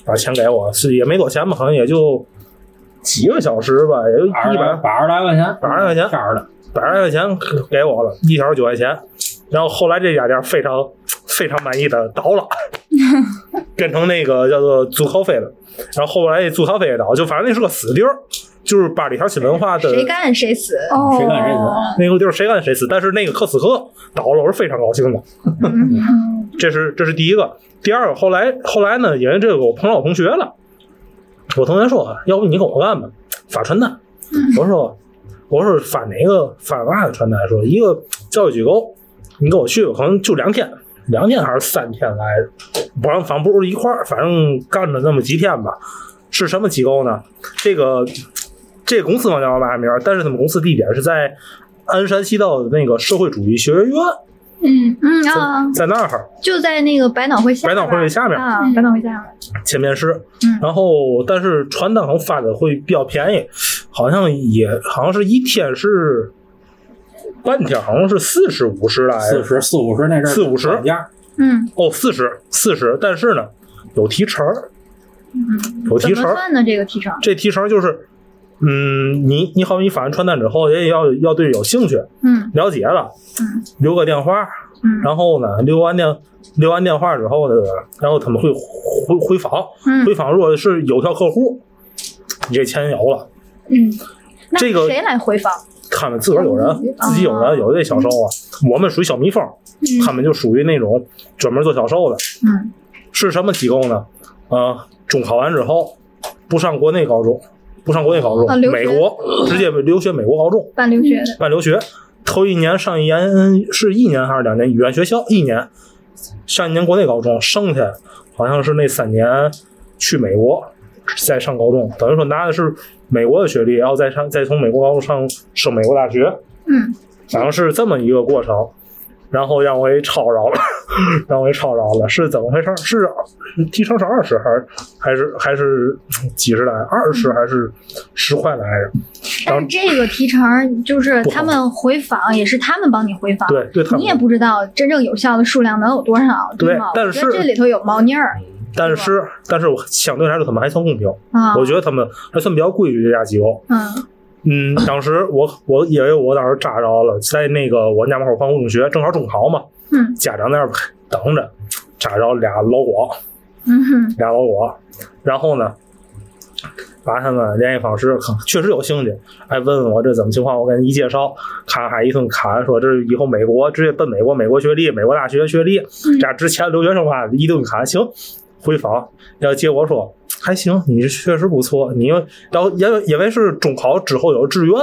把钱给我，是也没多钱吧，好像也就几个小时吧，也就二一百嗯百二十来块钱，百来块钱天儿的，百来块钱给我了，一小时九块钱。然后后来这家店非常非常满意的倒了， 变成那个叫做租咖啡了。然后后来租咖啡也倒，就反正那是个死地儿，就是八里条新文化的谁干谁死。哦，谁干谁死。那个地儿谁干谁死。但是那个克死克倒了，我是非常高兴的。 这是这是第一个，第二个后来后来呢，因为这个我碰到我同学了，我同学说，啊要不你跟我干吧，发传单。我说我说发哪个发嘛的传单？说一个教育机构，你跟我去吧，可能就两天，两天还是三天来着，不让反正不是一块儿，反正干了那么几天吧。是什么机构呢？这个这个公司忘叫嘛名儿，但是他们公司地点是在鞍山西道的那个社会主义学院，嗯嗯啊，在那儿。就在那个百脑汇下边百儿，脑汇下面啊，嗯，等等一下，前面是嗯，然后但是传单好像发的会比较便宜，好像也好像是一天是半天，好像是四十五十来四十四五十那阵儿，四五十涨价，嗯，哦四十四十，但是呢有提成儿，有嗯怎提么成儿，算呢？这个提成，这提成就是。嗯，你你好，你发完传单之后，也要要对有兴趣，嗯了解了，嗯留个电话，嗯然后呢，留完电留完电话之后呢，然后他们会回回访，嗯回访如果是有效客户，你这钱有了，嗯，那这个谁来嗯哦回访？他们自个儿有人，自己有人有这销售啊，我们属于小蜜蜂，他们就属于那种专门做销售的，嗯，是什么机构呢？呃，中考完之后不上国内高中，不上国内高中，啊留学美国直接留学美国高中，办留学的，办留学，头一年上一年是一年还是两年语言学校？一年，上一年国内高中，剩下好像是那三年去美国再上高中，等于说拿的是美国的学历，然后再上再从美国高中上升美国大学，嗯，好像是这么一个过程。然后让我给吵着了， 让我给吵着了，是怎么回事？是提成是二十还是还是还是几十来？二十还是十块来着？但是这个提成就是不好他们回访，也是他们帮你回访，对，对他们你也不知道真正有效的数量能有多少，对吗？但我觉得是这里头有猫腻儿但是，但是我相对来说他们还算公平，啊。我觉得他们还算比较规矩这家机构。嗯哦嗯，当时我我因为我当时扎着了，在那个我家门口放中学，正好中考嘛，嗯家长在那儿等着，扎着俩老广，嗯哼俩老广，然后呢，把他们联系方式，看确实有兴趣，哎，问问我这怎么情况，我给你一介绍，咔咔一顿侃，说这是以后美国直接奔美国，美国学历，美国大学学历，这样之前留学生嘛，一顿侃，行，回访，然后结果说还行，你确实不错，你又然后因为因为是中考之后有志愿。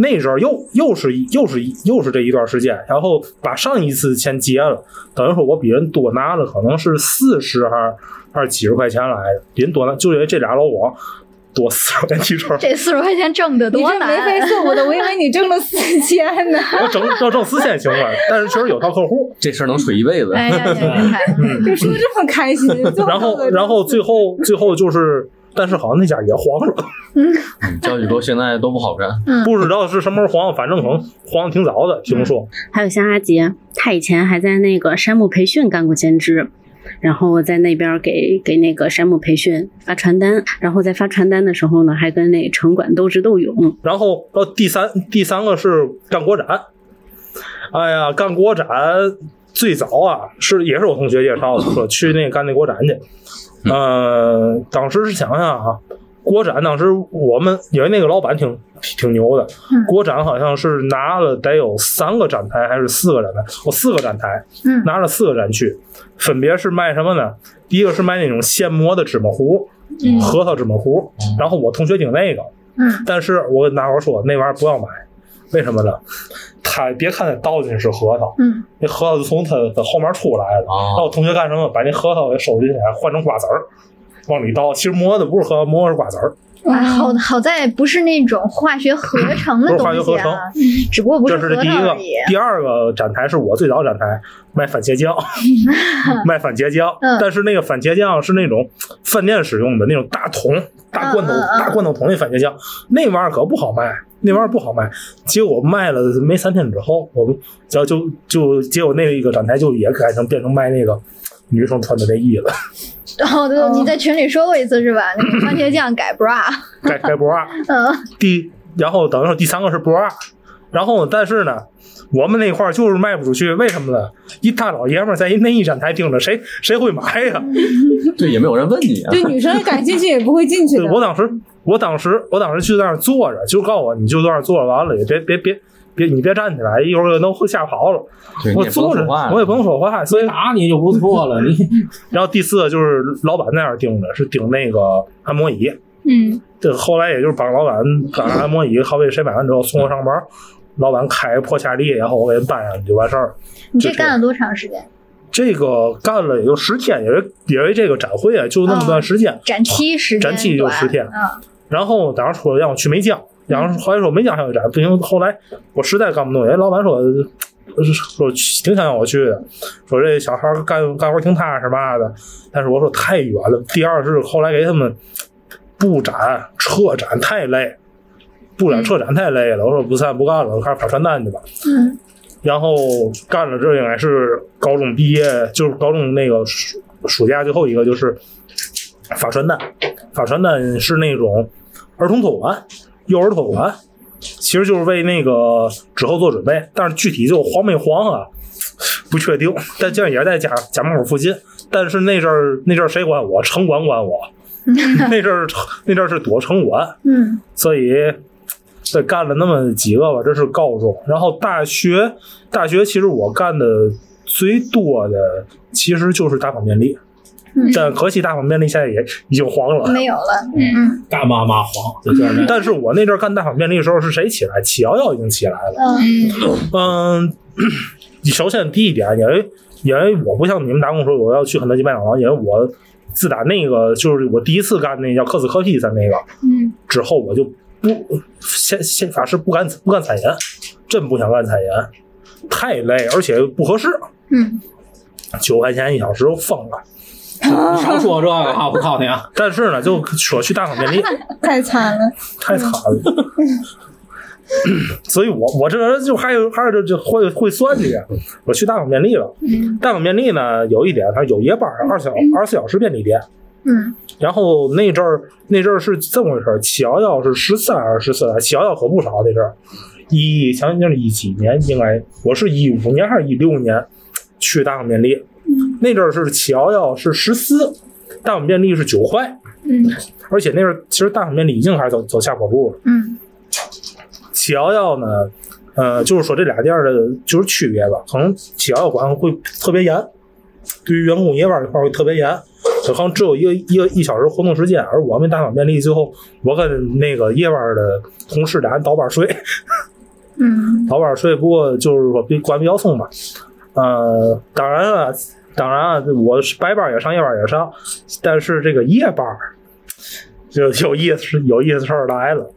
那阵儿又又是一又是一又是这一段时间，然后把上一次钱结了，等于说我比人多拿了可能是四十还是还是几十块钱来的，比人多拿就因为这俩老广多四十块钱提成，这四十块钱挣的你多这难啊眉飞色舞的，我以为你挣了四千呢，我整要挣四千行了，但是确实有套客 户。这事儿能吹一辈子。哎嗯哎呀，你厉害！就说这么开心，最然弄后，得然后最后最后就是，但是好像那家也黄了，小雨沟现在嗯都不好干，不知道是什么时候黄，反正可能黄的挺早的。听说还有像阿杰，他以前还在那个山姆培训干过兼职，然后在那边给给那个山姆培训发传单，然后在发传单的时候呢，还跟那城管斗智斗勇。然后到第三第三个是干国展，哎呀，干国展最早啊是也是我同学介绍的，说去那干那国展去。呃，当时是想想啊，国展当时我们因为那个老板挺挺牛的，嗯国展好像是拿了得有三个展台还是四个展台，我、四个展台，嗯拿了四个展区，分别是卖什么呢？第一个是卖那种现磨的芝麻糊，核桃芝麻糊，然后我同学订那个，嗯，但是我跟大伙说那玩意儿不要买，为什么呢？他别看他倒进是核桃，嗯，那核桃就从他的后面出来了。哦然后我同学干什么？把那核桃给收进去，换成瓜子儿，往里倒。其实磨的不是核桃，磨的是瓜子儿。啊，好好在不是那种化学合成的嗯东不西是化学合啊，只不过不这核是第一桃个而已。，第二个展台是我最早展台卖番茄 酱，卖番茄酱嗯，但是那个番茄酱是那种饭店使用的那种大桶、大罐头嗯嗯、嗯大罐头桶那番茄酱，那玩意儿可不好卖，那玩意儿不好卖。结果卖了没三天之后，我们就就就结果那一个展台就也改成变成卖那个女生穿的内衣了， 然后对，你在群里说过一次是吧？那个番茄酱改 bra，改改 bra。嗯第，然后等于说第三个是 bra，然后但是呢，我们那块儿就是卖不出去，为什么呢？一大老爷们儿在一内衣展台盯着，谁谁会买呀？对，也没有人问你啊。对女生感兴趣也不会进去对的。我当时，我当时，我当时就在那儿坐着，就告诉我，你就在那儿坐着，完了也别别别别，你别站起来，一会儿能吓跑了。对，你我也不坐能着说话，，我也不能说话，所以打你就不错了，你 然后第四个就是老板在那儿盯着，是盯那个按摩椅。嗯，这后来也就是帮老板把按摩椅，好比谁买完之后送我上班，老板开个破夏利，然后我给人搬上去就完事儿了。你就这是干了多长时间？这个干了也就十天，因为因为这个展会啊，就那么段时间。展期时间展期就短10天嗯然后当时说让我去梅江，然后后来说梅江还有展，不行。后来我实在干不动，人家老板说呃说挺想让我去的，说这小孩干干活挺踏实嘛的，但是我说太远了。第二是后来给他们布展撤展太累，布展撤展太累了，我说不散不干了，我开始发传单去吧。嗯然后干了，这应该是高中毕业，就是高中那个暑暑假最后一个，就是发传单。发传单是那种儿童托管、幼儿托管，其实就是为那个之后做准备。但是具体就黄没黄啊， 不确定。但这样也是在家家门口附近。但是那阵儿那阵儿谁管我？城管管我。 那阵儿那阵儿是躲城管，嗯所以这干了那么几个吧，这是高中。然后大学，大学其实我干的最多的其实就是大方便利，但可惜大方便利现在也已经黄了。没有了，干嘛嘛黄，这就是 但是我那阵儿干大方便利的时候是谁起来？七幺幺已经起来了。嗯嗯， 首先第一点，因为因为我不像你们打工说我要去肯德基、麦当劳，因为我自打那个就是我第一次干那叫克死克屁在那个嗯之后，我就不先先发誓不敢不干餐饮，真不想干餐饮，太累，而且不合适，嗯，九块钱一小时我疯了。你少说这个啊！我告诉 你啊，但是呢，就说去大方 便利太惨了。太惨了。 所以我我这人就还有还有这就会会算计，啊我去大方便利了。大方便利呢有一点，它有夜班，二小二十四小时便利店。嗯，然后那阵儿那阵儿是这么回事儿，七幺幺是十三还是十四？七幺幺可不少那阵儿，一想想是一几年，应该我是一五年还是一六年去大方便利，那阵儿是七幺幺是十四，大方便利是九块，嗯，而且那阵儿其实大方便利已经开始走走下坡路了，嗯，七幺幺呢，呃，就是说这俩店儿的就是区别吧，可能七幺幺管会特别严，对于员工夜班这块儿会特别严，可能只有一个一个一小时活动时间，而我们大方便利最后我跟那个夜班的同事俩人倒班睡，嗯 倒班睡，不过就是说比管比较松吧，呃，当然了。当然啊，我是白班也上，夜班也上，但是这个夜班儿就有意思，有意思事儿来了。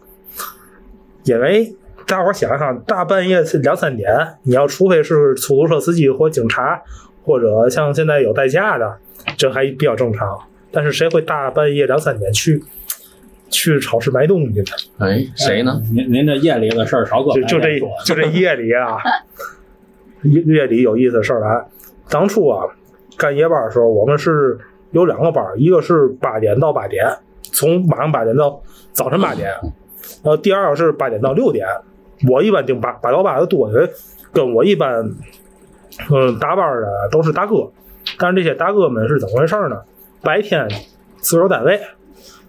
因为大伙儿想想，大半夜两三点，你要除非是出租车司机或警察，或者像现在有代驾的，这还比较正常。但是谁会大半夜两三点去去超市买东西的，哎，谁呢？您您这夜里的事儿少搁就就白这天说就这夜里啊，夜夜里有意思的事儿来。当初啊，干夜班的时候，我们是有两个班儿，一个是八点到八点，从晚上八点到早晨八点，然后第二个是八点到六点。我一般定八八到八的多，因为跟我一般嗯搭班儿的都是大哥，但是这些大哥们是怎么回事儿呢？白天自个儿单位，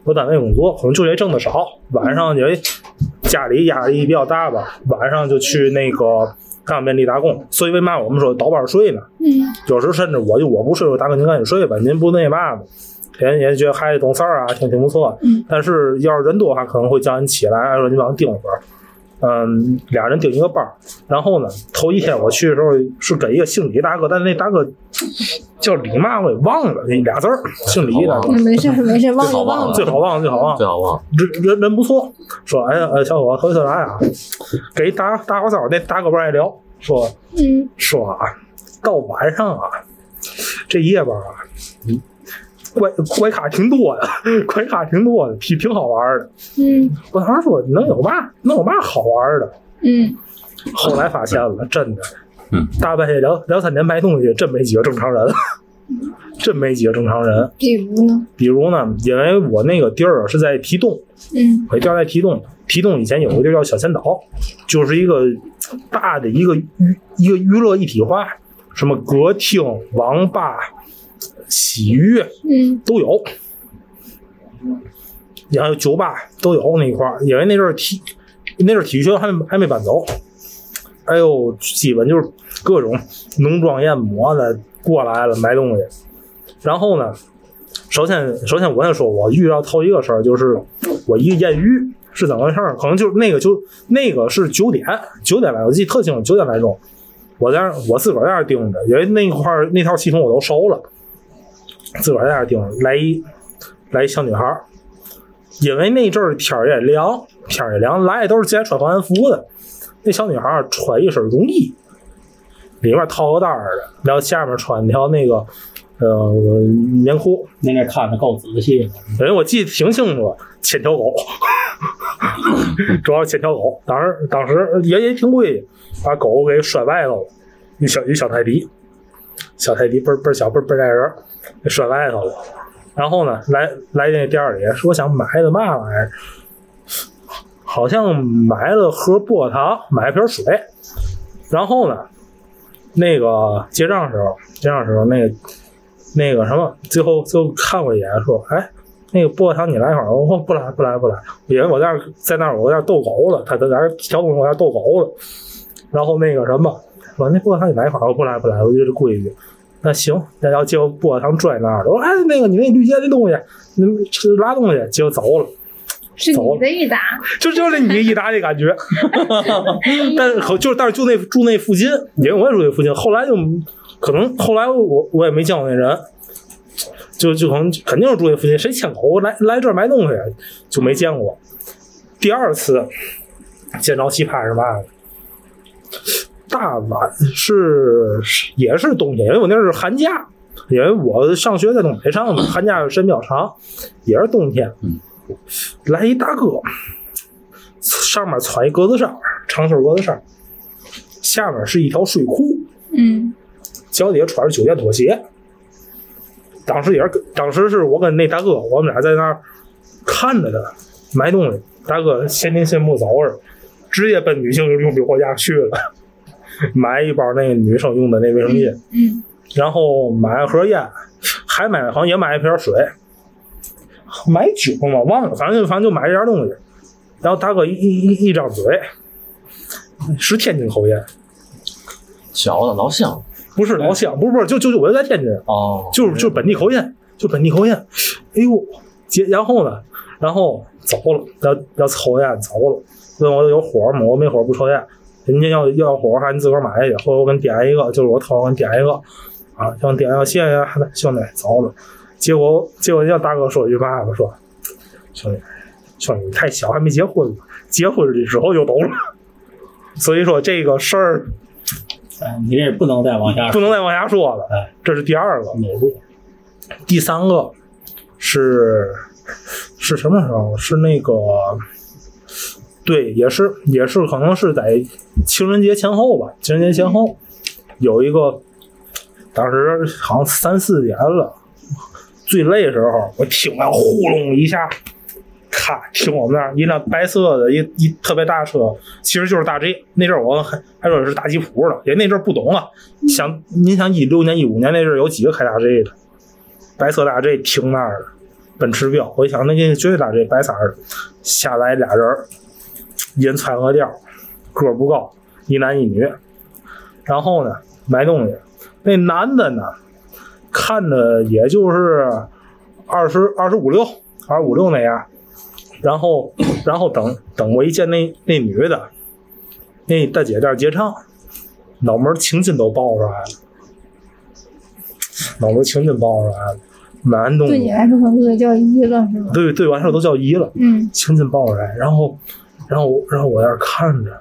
我单位工作，可能就业挣的少，晚上因为家里压力比较大吧，晚上就去那个干便利打工。所以为嘛我们说倒班睡呢？嗯，有时候甚至我就我不睡，我大哥您赶紧睡吧，您不那嘛吗？人也觉得孩子懂事儿啊，挺挺不错。嗯但是要是人多的话，可能会叫你起来，说你晚上盯会儿。嗯，俩人盯一个班儿。然后呢，头一天我去的时候是跟一个姓李大哥，但是那大哥叫李嘛我也忘了，那俩字儿，姓李的好，吧嗯没事儿没事儿，忘最好就忘忘了了。最好忘最好忘。最好忘了。人人人不错，说哎呀，呃，小伙子，头一次来啊，给大大伙嫂那大哥们儿爱聊，说嗯，说啊，到晚上啊，这夜班啊，怪怪咖挺多的，怪咖挺多的，挺挺好玩儿的。嗯，我当时说能有嘛，能有嘛好玩儿的？嗯，后来发现了，真的，嗯，大半夜两两三点卖东西，真没几个正常人，真没几个正常人。比如呢，比如呢，因为我那个地儿是在提东，嗯，我调在提东，提东以前有个地儿叫小千岛，就是一个呃大的一个娱一个娱乐一体化，什么歌厅、网吧、洗浴嗯，都有，然后酒吧都有那一块儿，因为那阵儿体那阵儿体育学校还没还没搬走，哎呦，基本就是各种浓妆艳抹的过来了买东西，然后呢，首先首先我先说，我遇到头一个事儿就是我一个艳遇是怎么回事儿？可能就是那个就那个是九点九点来，我记得特清楚，九点来钟，我在那儿我自个儿在那儿盯着，因为那块儿那套系统我都熟了，自个儿在那儿盯着，来一来一小女孩儿。因为那阵儿天儿也凉，天儿也凉，来的都是直接穿防寒服的。那小女孩儿穿一身绒衣，里面套个带儿的，然后下面穿条那个呃棉裤，您这看的够仔细的，因为我记得挺清楚，牵条狗， 主要是牵条狗。当时当时也也挺贵，把狗给摔外头了，一小一小泰迪，小泰迪倍儿倍儿小，倍儿倍儿带人儿，给摔外头了。然后呢，来来那店儿里说想买的嘛玩意儿，好像买了盒薄荷糖，买了瓶水。然后呢，那个结账时候，结账时候那个那个什么，最后最后看我一眼说，哎。那个薄荷糖你来一会儿，我说不来不来不来，因为我在那儿在那儿我在那儿逗狗了，他在那儿调动我在那儿逗狗了，然后那个什么，说那薄荷糖你来一会儿，我不来不来，我就这规矩。那行，那要结果薄荷糖拽那儿了，我说哎那个你那绿箭那东西，你们吃拉东西，结果走了，是走你了的一打，就就是你一搭这感觉，但是可就是但是就那住那附近，因为我也住那附近，后来就可能后来我我也没见过那人，就就可能肯定是住那附近，谁牵狗来来这儿买东西就没见过。第二次见着奇葩是嘛呢？大晚是是也是冬天，因为我那是寒假，因为我上学在东北上的，寒假时间比较长，也是冬天。来一大哥，上面穿一格子衫儿，长袖格子衫儿，下面是一条睡裤，嗯，脚底下穿着九件拖鞋。当时也是跟，当时是我跟那大哥，我们俩在那儿看着他买东西，大哥先听先目走着，直接奔女性用品货架去了， 买一包那个女生用的那卫生巾，嗯，然后买了盒烟，还买好像也买了一瓶水，买酒嘛忘了，反正就反正就买这点东西。然后大哥一一一一张嘴，是天津口音，小的老乡不是老乡，不是不是，就就就我就在天津，哦，就是就是本地口音，就本地口音。哎呦，结然后呢，然后走了，要要抽烟走了，问我有火吗？我没火，不抽烟。人家要要火还你自个儿买去，或者我给你点一个，就是我掏我给你点一个，啊，要你点一个谢谢啊，那兄弟走了。结果结果叫大哥说一句嘛吧，说兄弟兄弟你太小还没结婚呢，结婚的时候就懂了。 所以说这个事儿哎你这不能再往下不说，能再往下说了哎，这是第二个。脑路第三个是是什么时候？是那个，对，也是也是，可能是在情人节前后吧，情人节前后有一个，当时好像三四点了，最累的时候，我听完呼隆一下，咔，停我们那儿一辆白色的一一特别大的车，其实就是大 G。那阵儿我还还说是大吉普的，也那阵儿不懂啊。想您想一六年一五年那阵儿有几个开大 G 的？白色大 G 停那儿的，奔驰标。我一想那绝对大 G 白色儿的，下来俩人儿，一人穿个貂，个儿不高，一男一女。然后呢，买东西，那男的呢，看着也就是二十二十五六，二十五六那样。然后，然后等等我一见那那女的，那大姐在那儿结账，脑门儿青筋都爆出来了，脑门儿青筋爆出来了，买完嗯东对西你，来说可能就得叫一了，是吧？对对完事儿都叫姨了，嗯，青筋爆出来，然后，然后我，然后我在那儿看着，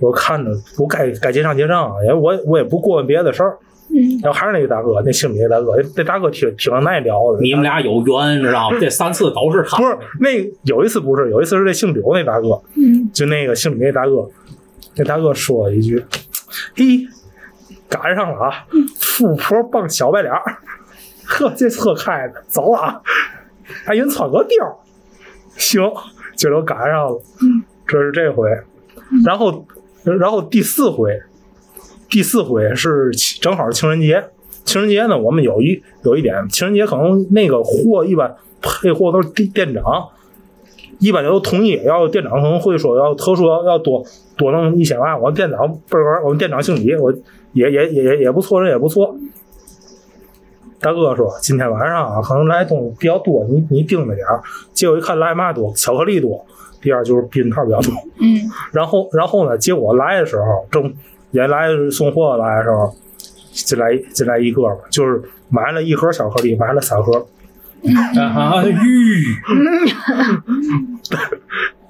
我看着，我该该结账结账，因为我我也不过问别的事儿，嗯，然后还是那个大哥，那姓李的大哥，那那大哥挺挺耐聊的，你们俩有缘，知道吗？这三次都是他不。是那个有一次不是，有一次是那姓刘那大哥，嗯，就那个姓李那大哥，那大哥说了一句：“嘿，赶上了啊，富婆傍小白脸儿，呵，这车开的，走了啊，还人穿个貂儿，行，这都赶上了，这是这回，然后，然后第四回，第四回是情正好是情人节，情人节呢，我们有一有一点，情人节可能那个货一般配货都是店店长，一般都同意，要店长可能会说要特殊要要多多弄一千万，我们店长不是我们店长姓李，我也也也也也不错，人也不错。大哥说今天晚上啊，可能来东西比较多，你你盯着点儿。结果一看来嘛多，巧克力多，第二就是避孕套比较多。嗯， 然后然后呢，结果来的时候，正原来送货来的时候，进来进来一个吧，就是买了一盒巧克力，买了三盒，啊，吁！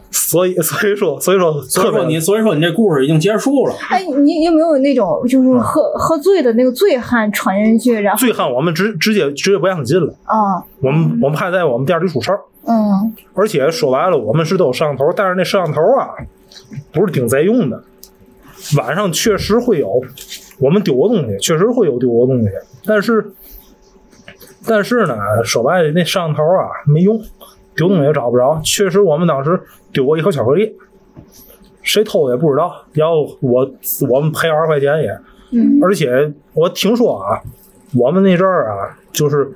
所以所以说所以说所特以别说你，所以说你这故事已经结束了。哎，你有没有那种嗯就是喝、喝醉的那个醉汉闯进去，然后醉汉，我们直直接直接不让进了，啊，我们我们怕在我们店里出事儿。嗯，而且说白了，我们是都有摄像头，但是那摄像头啊，不是顶贼用的。晚上确实会有，我们丢过东西，确实会有丢过东西。但是，但是呢，说白了，那摄像头啊没用，丢东西也找不着。确实，我们当时丢过一盒巧克力，谁偷的也不知道。然后我我们赔二十块钱也，而且我听说啊，我们那阵儿啊，就是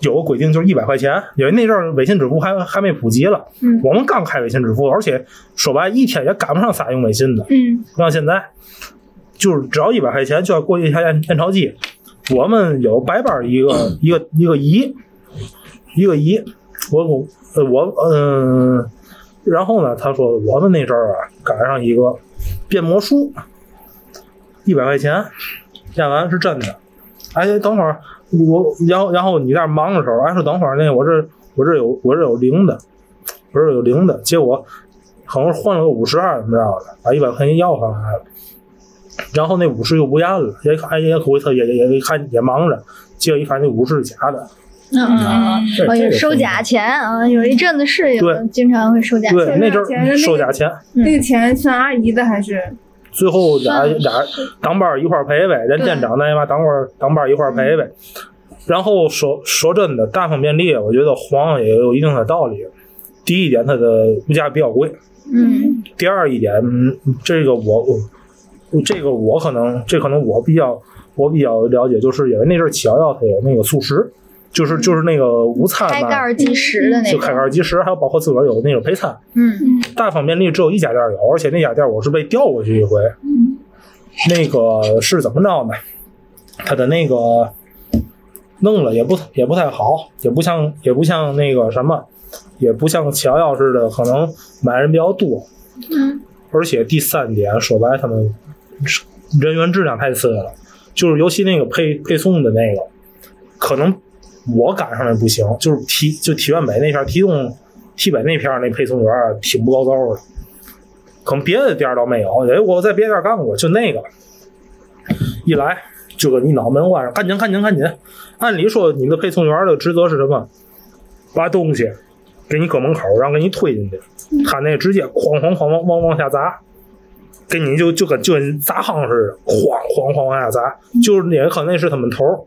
有个规定，就是一百块钱，因为那阵儿微信支付还还没普及了，嗯我们刚开微信支付，而且说白了一天也赶不上仨用微信的，嗯，不像现在，就是只要一百块钱就要过一下验验钞机。我们有白班儿一个、一个一个姨，一个姨，我我呃我嗯、然后呢，他说我们那阵儿啊赶上一个变魔术，一百块钱，验完是真的。哎，等会儿我，然后然后你在那忙的时候，哎说等会儿那个我这我这有我这有零的，我这有零的，结果好像是换了个五十二，怎么着的，把一百块钱要回来了。然后那五十又不验了，也看也回头也也也看也忙着，结果一看那五十是假的，啊，这哦，有这个收是假钱啊，有一阵子是有对经常会收假钱，对，那阵钱是那儿个收假钱，那个钱算阿姨的还是？最后俩俩当班儿一块儿陪呗，人店长那嘛当会儿当班儿一块儿陪呗。然后说说真的，大方便利，我觉得黄上也有一定的道理。第一点，它的物价比较贵；嗯第二一点，嗯，这个我我这个我可能这可能我比较我比较了解，就是因为那阵儿七幺幺它有那个素食，就是就是那个午餐开盖嘛，儿计时的那嗯就开盖种，儿即食，还有包括自个儿有那种配餐。嗯大方便利只有一家店有，而且那家店我是被调过去一回。那个是怎么着呢？他的那个弄了也不也不太好，也不像也不像那个什么，也不像七幺幺似的，可能买人比较多。嗯，而且第三点，说白了他们人员质量太次了，就是尤其那个配配送的那个，可能我赶上了不行，就是体就体院北那片儿提供西北那片儿那配送员儿挺不高招的，可能别的店儿倒没有，哎，我在别的店儿干过，就那个一来就给你脑门换上，赶紧赶紧赶紧！按理说你的配送员儿的职责是什么？把东西给你搁门口，然后给你推进去，他那直接哐哐哐往往往下砸，给你就就跟就跟砸夯似的，哐哐哐往下砸，就是也可能那是他们头儿，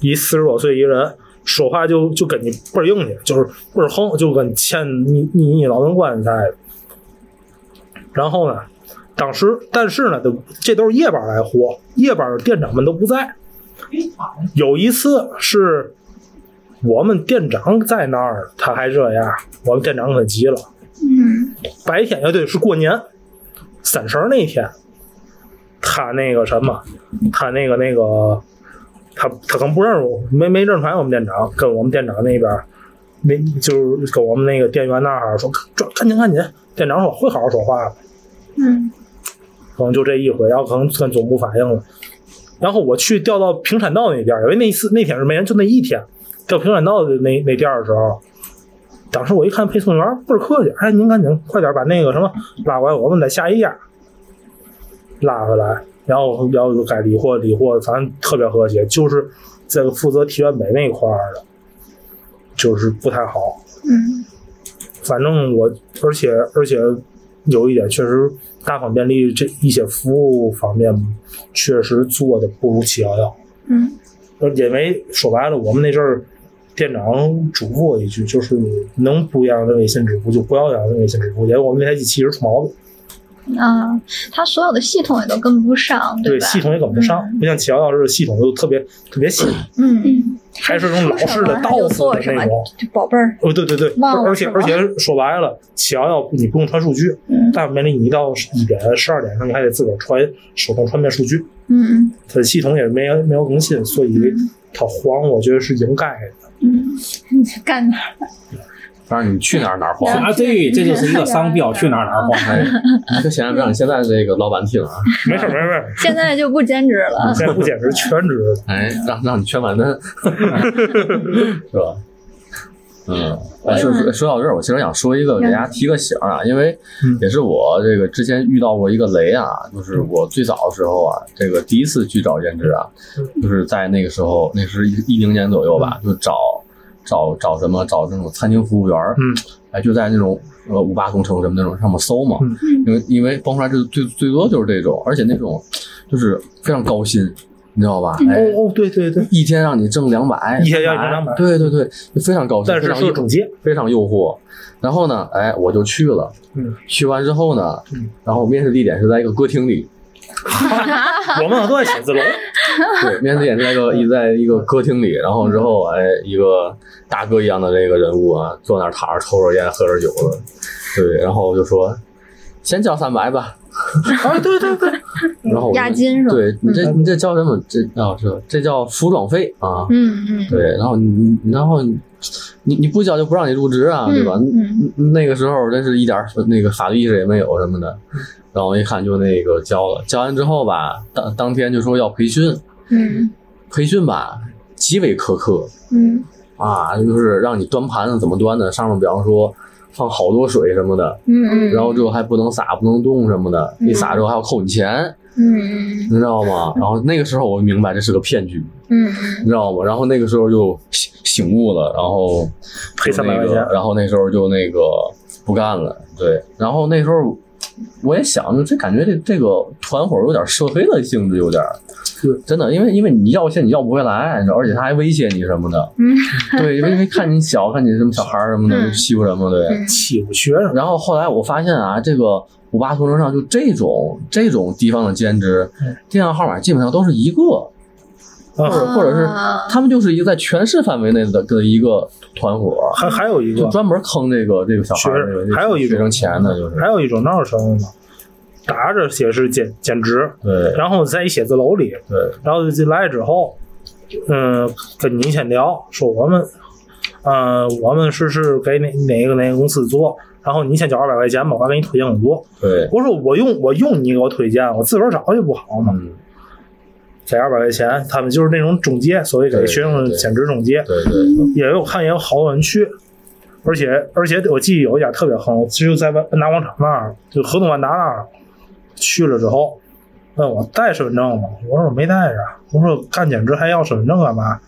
一四十多岁一人。说话就就跟你倍儿硬气，就是倍儿横，就跟欠你你你劳动关系似的。然后呢，当时但是呢，都这都是夜班来活，夜班店长们都不在。有一次是我们店长在那儿，他还这样，我们店长可急了。嗯，白天乐队是过年，三十儿那天，他那个什么，他那个那个，他他可能不认识我，没没认出来我们店长，跟我们店长那边没就是跟我们那个店员那儿说，抓赶紧赶紧！店长说会好好说话的。嗯，可能就这一回，然后可能跟总部反映了。然后我去调到平产道那店儿，因为那一次那天是没人，就那一天调平产道的那那店儿的时候，当时我一看配送员儿倍儿客气，哎，您赶紧快点把那个什么拉过来，我们在下一家拉回来。然后然后就该理货理货，反正特别和谐，就是这个负责体院北那一块儿的，就是不太好。反正我，而且而且有一点，确实大款便利这一些服务方面确实做的不如七幺幺。嗯，呃，因为说白了，我们那阵儿店长嘱咐我一句，就是你能不要用微信支付就不要用微信支付，因为我们那台机器是出毛病，啊，它所有的系统也都跟不上，对吧？系统也跟不上，不像七幺幺是系统就特别特别细，嗯，还是那种老式的它就道做府什的么那种。就宝贝儿，哦，对对对，忘了而且是吧而且说白了，七幺幺你不用传数据，嗯大面里你一到一点十二点上，你还得自个儿传手动传遍数据，嗯它的系统也没没有更新，所以它黄，我觉得是应该的。干哪儿？反正你去哪儿哪儿晃，啊，对，这就是一个商标，去哪儿哪儿晃。哎，你这显然不让现在这个老板听啊，没事儿没事儿没事现在就不兼职儿，了，现在不简直全 职了。哎，让让你全完 蛋，是吧？嗯，哎，说说说到这儿，我其实想说一个，给大家提个醒儿啊，因为嗯也是我这个之前遇到过一个雷啊，就是我最早的时候啊，这个第一次去找兼职啊，嗯就是在那个时候，那是一零年左右吧，就找找找什么找那种餐厅服务员，嗯，哎，就在那种呃五八同城什么那种上面搜嘛，嗯因为因为蹦出来最最最多就是这种，而且那种就是非常高薪，你知道吧？哎，哦哦，对对对，一天让你挣两百，一天要你挣200对对对，就非常高兴，但非是常是主诱街，非常诱惑。然后呢，哎，我就去了，嗯，去完之后呢嗯，然后面试地点是在一个歌厅里，我们都在写字 楼。对，面试地点在嗯一个一在一个歌厅里，然后之后哎，一个大哥一样的这个人物啊，坐那儿躺着抽着烟喝着酒了，对，然后我就说，先交三百吧， 啊，对对对，然后我就押金是吧？对你这你这叫什么？这叫这这叫服装费啊，嗯嗯对，然后你你然后你你你不交就不让你入职啊，对吧？嗯那个时候真是一点儿那个法律意识也没有什么的，嗯然后一看就那个交了，交完之后吧，当当天就说要培训，嗯培训吧极为苛刻嗯啊，就是让你端盘子怎么端的，上面比方说放好多水什么的，嗯，然后之后还不能撒不能动什么的，一撒之后还要扣你钱，嗯你知道吗？然后那个时候我明白这是个骗局，嗯你知道吗？然后那个时候就醒醒悟了，然后赔就300那块个，钱然后那时候就那个不干了，对。然后那时候我也想，这感觉这这个团伙有点涉黑的性质，有点儿是真的，因为因为你要钱你要不回来，你知道而且他还威胁你什么的，嗯对，因为因为看你小，看你什么小孩儿什么的，嗯就欺负什么的，对。嗯欺负学生，然后后来我发现啊，这个五八同城上就这种这种地方的兼职嗯，电话号码基本上都是一个，啊或者或者是啊他们就是一个在全市范围内的的一个团伙，还还有一就个，专门坑这个这个小孩儿，学这个这个还有一学种生钱的，就是还有一种闹什么呢？打着写是兼兼职，对然后在一写字楼里，对，然后进来之后，嗯，跟你先聊，说我们，呃，我们是是给哪哪个哪个公司做，然后你先交二百块钱吧，我还给你推荐工作。对，我说我用我用你给我推荐，我自个儿找去不好吗？嗯，给二百块钱，他们就是那种中介，所谓给对学生对兼职中介，对对，也有看也有好多人去。而且而且我记得有一家特别横，就在万万达广场那儿，就河东万达那儿去了之后，问我带身份证吗？我说我没带着。我说干兼职还要身份证干嘛？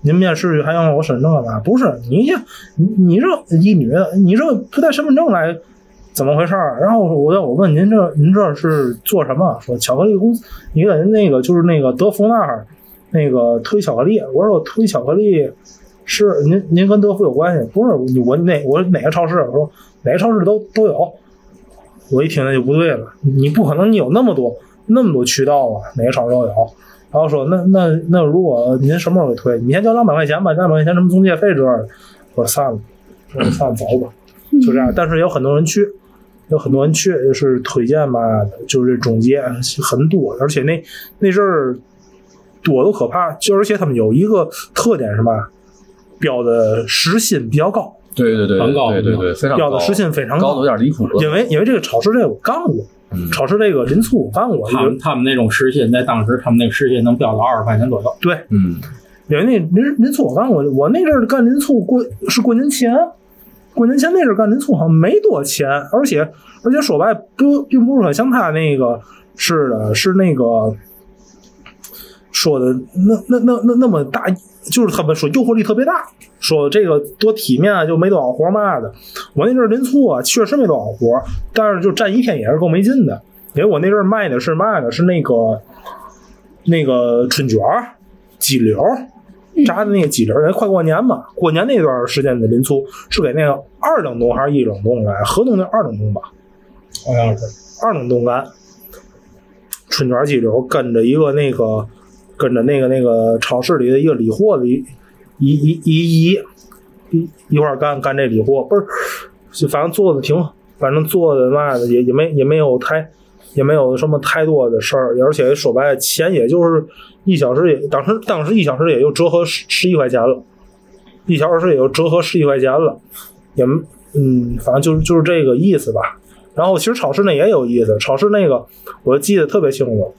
您面试还要我身份证干嘛？不是你这你你这一女的，你这不带身份证来，怎么回事儿？然后我我问您这您这是做什么？说巧克力公司，你给人那个就是那个德芙那儿那个推巧克力。我说我推巧克力是您您跟德芙有关系？不是你我哪我哪个超市？我说哪个超市都都有。我一听那就不对了，你不可能你有那么多那么多渠道啊，哪个超市都有。然后说那那那如果您什么时候给推，你先交两百块钱吧，两百块钱什么中介费之类的。我说散了，我说散了走吧，就这样。但是有很多人去，有很多人去就是推荐吧，就是这中介很多，而且那那阵儿多的可怕，就而且他们有一个特点是什么？标的时薪比较高，对对对很高对对对，非常标高，的时薪非常高的有点离谱了。因为因为这个炒市这个我干过，嗯炒市这个林醋我干过，他们他们那种失信，在当时他们那个失信能飙到二十块钱左右。对，嗯，因为那林林醋我干过，我那阵儿干林醋过是过年前，过年前那阵儿干林醋好像没多钱，而且而且说白了不并不是很像他那个似的，是那个说的那那那那那么大，就是他们说诱惑力特别大，说这个多体面啊，就没多少活嘛的。我那阵儿林醋啊，确实没多少活，但是就站一天也是够没劲的，因为我那阵儿卖的是嘛的，是那个那个春卷儿。鸡柳儿，炸的那个鸡柳儿，哎快过年嘛，过年那段时间的林粗是给那个二等冬还是一等冬来？河东那二等冬吧，好像是二等冬干。春卷鸡柳儿跟着一个那个，跟着那个那个超市里的一个理货的一一一一一一一块儿干干这理货，倍儿，就反正做的挺，反正做的嘛的也也没也没有太也没有什么太多的事儿，而且说白了，钱也就是一小时也，当时当时一小时也就折合十十一块钱了，一小时也就折合十一块钱了，也没嗯，反正就是就是这个意思吧。然后其实超市那也有意思，超市那个我记得特别清楚，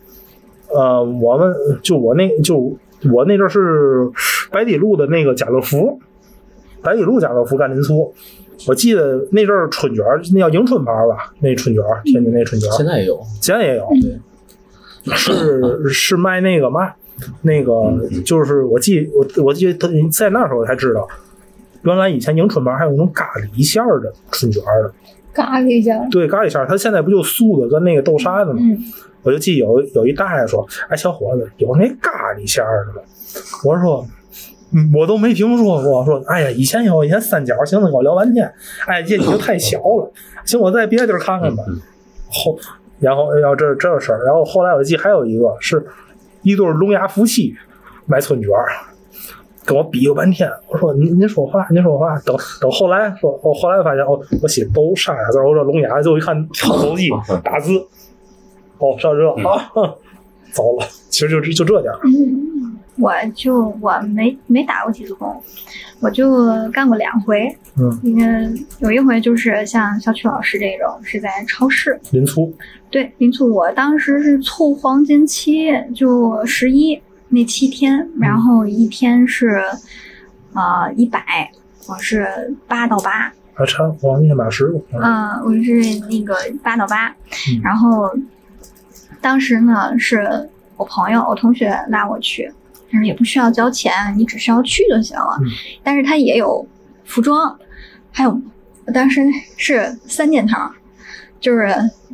呃，我们就我那就我那阵儿是白底路的那个家乐福，白底路家乐福干林粗。我记得那阵儿春卷儿，那叫迎春牌儿吧？那春卷儿，天津那春卷儿，现在也有，现在也有，是是卖那个嘛，那个就是我记我我记得在那时候我才知道，原来以前迎春牌还有那种咖喱馅儿的春卷儿的，嘎一下，对咖喱馅儿，它现在不就素的跟那个豆沙的吗？我就记有有一大爷说，哎，小伙子，有那咖喱馅儿的吗？我说。嗯我都没听说过，说哎呀，以前有，以前三角形的，跟我聊半天，哎，这你就太小了，行，我在别的地儿看看吧。后，然后要这这事儿，然后后来我记还有一个是一对聋哑夫妻买春卷儿，跟我比划半天，我说您您说话您说话，等等后来说，我后来发现哦，我写都啥呀字儿，我说聋哑，最后一看手机打字，哦上这 啊，走了，其实就这就这点儿，我就我没没打过体力工，我就干过两回。嗯，一个有一回就是像小曲老师这种是在超市，林粗，对，林醋我当时是醋黄金期，就十一那七天，然后一天是呃一百，我是八到八，还差黄金马十五，嗯，我是那个八到八，嗯然后当时呢是我朋友、我同学拉我去，但是也不需要交钱，你只需要去就行了。嗯但是他也有服装，还有我当时是三件套，就是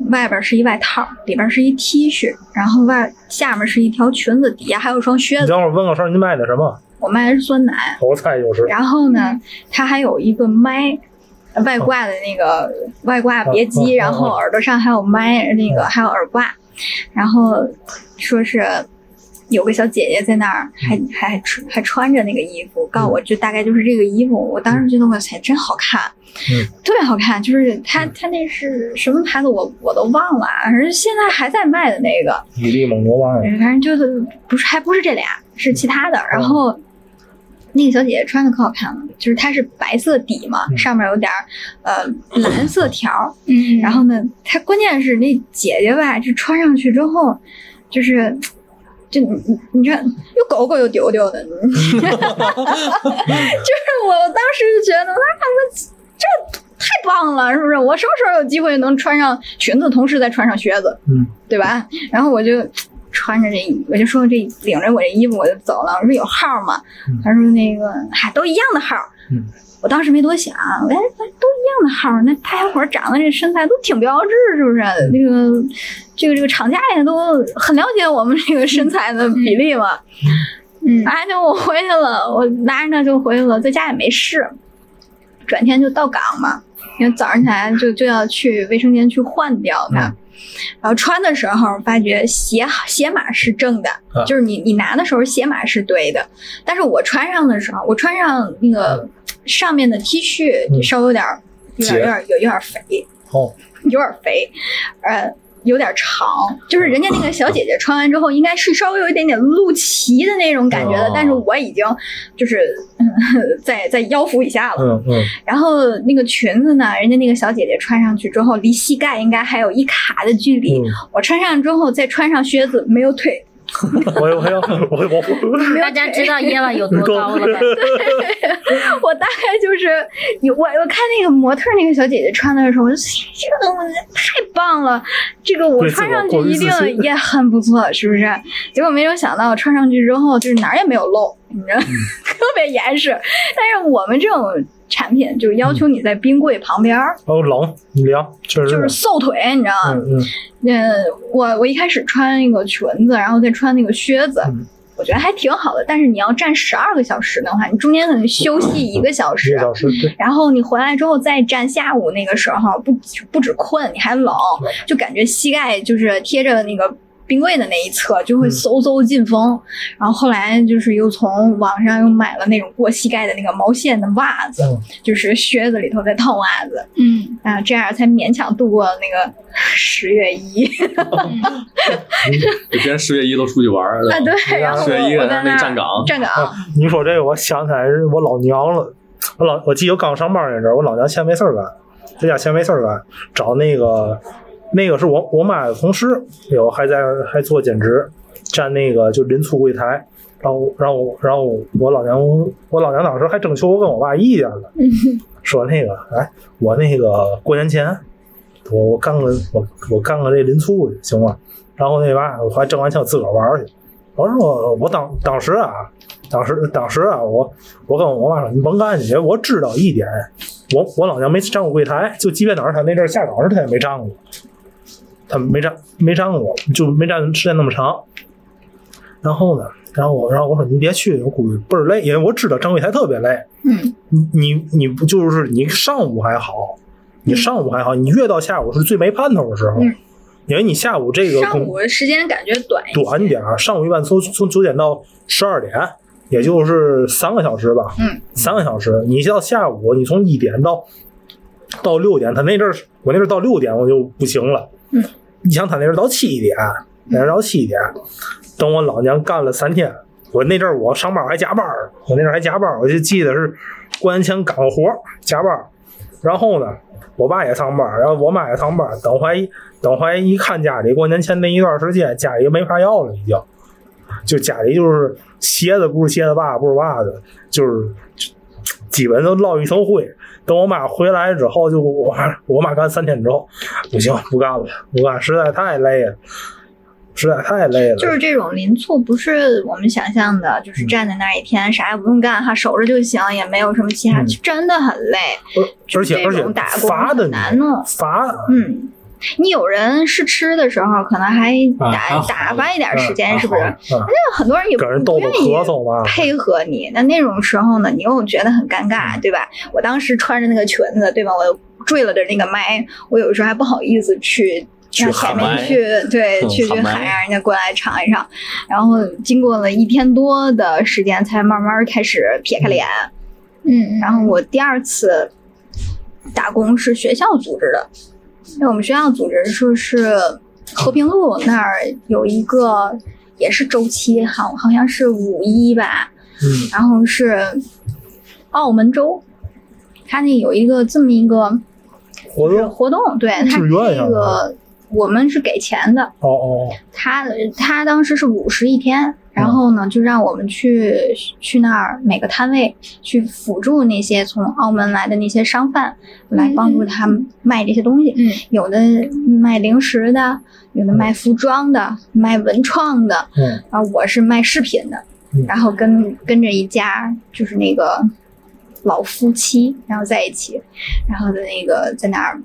外边是一外套，里边是一 T 恤，然后外下面是一条裙子，底下还有双靴嗯你子。等会儿问个事儿，您卖的什么？我卖的是酸奶，我猜就是然后呢，它还有一个麦，呃外挂的那个外挂别机，啊啊啊然后耳朵上还有麦，那个还有耳挂，然后说是。有个小姐姐在那儿，还还穿还穿着那个衣服，告诉我就大概就是这个衣服。我当时觉得我塞，真好看，嗯特别好看。就是它它那是什么牌子我我都忘了，反正现在还在卖的那个。比利蒙牛蛙呀，反正就是不是还不是这俩，是其他的。嗯然后那个小姐姐穿的可好看了，就是它是白色底嘛，嗯上面有点儿呃蓝色条儿。嗯然后呢，她关键是那姐姐吧，就穿上去之后，就是。就你你你看，又狗狗又丢 丢的，就是我当时就觉得，那这这太棒了，是不是？我什么时候有机会能穿上裙子，同时再穿上靴子？嗯，对吧？然后我就穿着这衣，我就说这领着我这衣服我就走了。我说有号吗？嗯他说那个嗨、都一样的号。嗯我当时没多想，哎，都一样的号，那大小伙儿长得这身材都挺标致，是不是？那个这个这个厂家也都很了解我们这个身材的比例嘛。嗯哎，就我回去了，我拿着它就回去了，在家也没事。转天就到岗嘛，因为早上起来就就要去卫生间去换掉它。嗯然后穿的时候发觉鞋鞋码是正的，啊就是你你拿的时候鞋码是对的，但是我穿上的时候，我穿上那个上面的 T 恤嗯稍微有点儿有点解有点有有点肥，哦，有点肥，呃，有点长，就是人家那个小姐姐穿完之后，应该是稍微有一点点露脐的那种感觉的，哦但是我已经就是、 嗯、在在腰腹以下了。嗯嗯，然后那个裙子呢，人家那个小姐姐穿上去之后，离膝盖应该还有一卡的距离。嗯我穿上之后再穿上靴子，没有腿， 我我要我我大家知道耶娃有多高了吧？ 我大概就是有我我看那个模特那个小姐姐穿的时候，我就想这个太棒了，这个我对穿自我上去过于一自定信也很不错，是不是？结果没有想到穿上去之后就是哪儿也没有漏，你知道， 特别严实。但是我们这种产品就要求你在冰柜旁边儿，哦冷凉，确实就是瘦腿，你知道吗？嗯嗯嗯，我我一开始穿那个裙子，然后再穿那个靴子。嗯我觉得还挺好的，但是你要站十二个小时的话，你中间可能休息一个小一时个，小时对， 然后你回来之后再站下午那个时候，不不止困，你还冷，就感觉膝盖就是贴着那个冰柜的那一侧就嗯会嗖嗖进风。然后后来就是又从网上又买了那种过膝盖的那个毛线的袜子，嗯就是靴子里头再套袜子嗯啊，这样才勉强度过那个十月一就别人十月一都出去玩儿了啊。， 对，然后十月一我个我人在在啊那那站儿岗，站岗。啊你说这个，我想起来是我老娘了。我老我记得我刚上班那阵儿，我老娘闲没事儿干，在家闲没事儿干，找那个那个是我我妈的同事，有还在还做兼职，站那个就临出柜台。然后，然后，然后我老娘，我老娘当时还征求我跟我爸意见了，说那个，哎，我那个过年前，我我干个我我干个这临出去行吗？然后那爸我还挣完钱我自个儿玩儿去。我说我我当当时啊，当时当时啊，我我跟我妈说，你甭干去，我知道一点，我我老娘没站过柜台，就即便当时她那阵儿下岗时，她也没站过，她没站没站过，就没站时间那么长。然后呢，然后我然后我说你别去，我估计倍儿累，因为我知道站柜台特别累。嗯，你你你不就是你上午还好，你上午还好，你越到下午是最没盼头的时候，嗯因为你下午这个上工午时间感觉短一些，短一点儿，上午一般从从九点到十二点，也就是三个小时吧。嗯，三个小时。你到下午，你从一点到到六点，他那阵儿我那阵儿到六点我就不行了。嗯，你想他那阵儿到七点，那阵儿到七点，等我老娘干了三天，我那阵儿我上班还加班儿，我那阵儿还加班儿，我就记得是过年前赶个活儿加班儿，然后呢。我爸也上班儿，然后我妈也上班儿。等怀等怀一看家里，过年前那一段时间，家里没法要了，已经。就家里就是鞋子不是鞋子袜，不是袜子，就是基本都落一层灰。等我妈回来之后，就我我妈干三天之后，不行，不干了，不干，实在太累了，实在太累了。就是这种临促，不是我们想象的，就是嗯站在那儿一天啥也不用干哈，守着就行，也没有什么其他，嗯就真的很累。而而且这而且种打工罚的很你难弄罚嗯，你有人试吃的时候，可能还啊打、还好打发一点时间，嗯是不是？还好嗯那很多人也不给人逗不逗愿咳意。嗽嘛，配合你，那那种时候呢，你又觉得很尴嗯尬，对吧？我当时穿着那个裙子，对吧？我坠了的那个麦，我有时候还不好意思去去让喊前面麦去对嗯去去喊麦喊，让人家过来尝一尝。然后经过了一天多的时间，才慢慢开始撇开脸。嗯，然后我第二次打工是学校组织的，因为我们学校组织是是和平路那儿有一个也是周期，好好像是五一吧，嗯然后是澳门周，它那有一个这么一个 活就是动活动，对，它志是哦愿呀一个我们是给钱的，哦哦，他他当时是五十一天，然后呢，就让我们去去那儿每个摊位去辅助那些从澳门来的那些商贩，嗯来帮助他们卖这些东西。嗯，有的卖零食的，有的卖服装的，卖文创的，嗯，然后我是卖饰品的，嗯然后跟跟着一家就是那个老夫妻，然后在一起，然后的那个在那儿，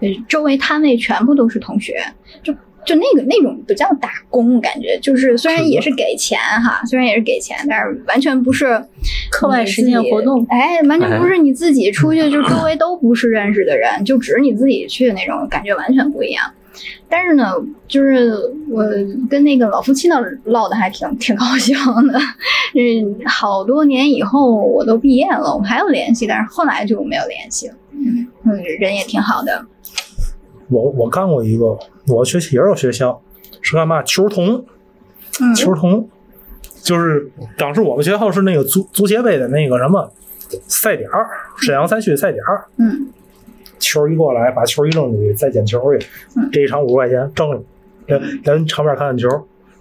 呃周围摊位全部都是同学，就就那个那种不叫打工，感觉就是虽然也是给钱哈，虽然也是给钱，但是完全不是课外你实自践己活动哎，完全不是你自己出去，就周围都不是认识的人，就只是你自己去那种感觉完全不一样。但是呢，就是我跟那个老夫妻那儿唠的还挺挺高兴的，嗯，好多年以后我都毕业了，我们还有联系，但是后来就没有联系了。嗯，人也挺好的。我我干过一个，我学习也是有学校，是干嘛？球童，嗯球童，就是当时我们学校是那个足足协杯的那个什么赛点儿，沈阳赛区赛点儿，嗯，球一过来，把球一扔出去，再捡球去嗯，这一场五十块钱挣了，咱咱场边看看球，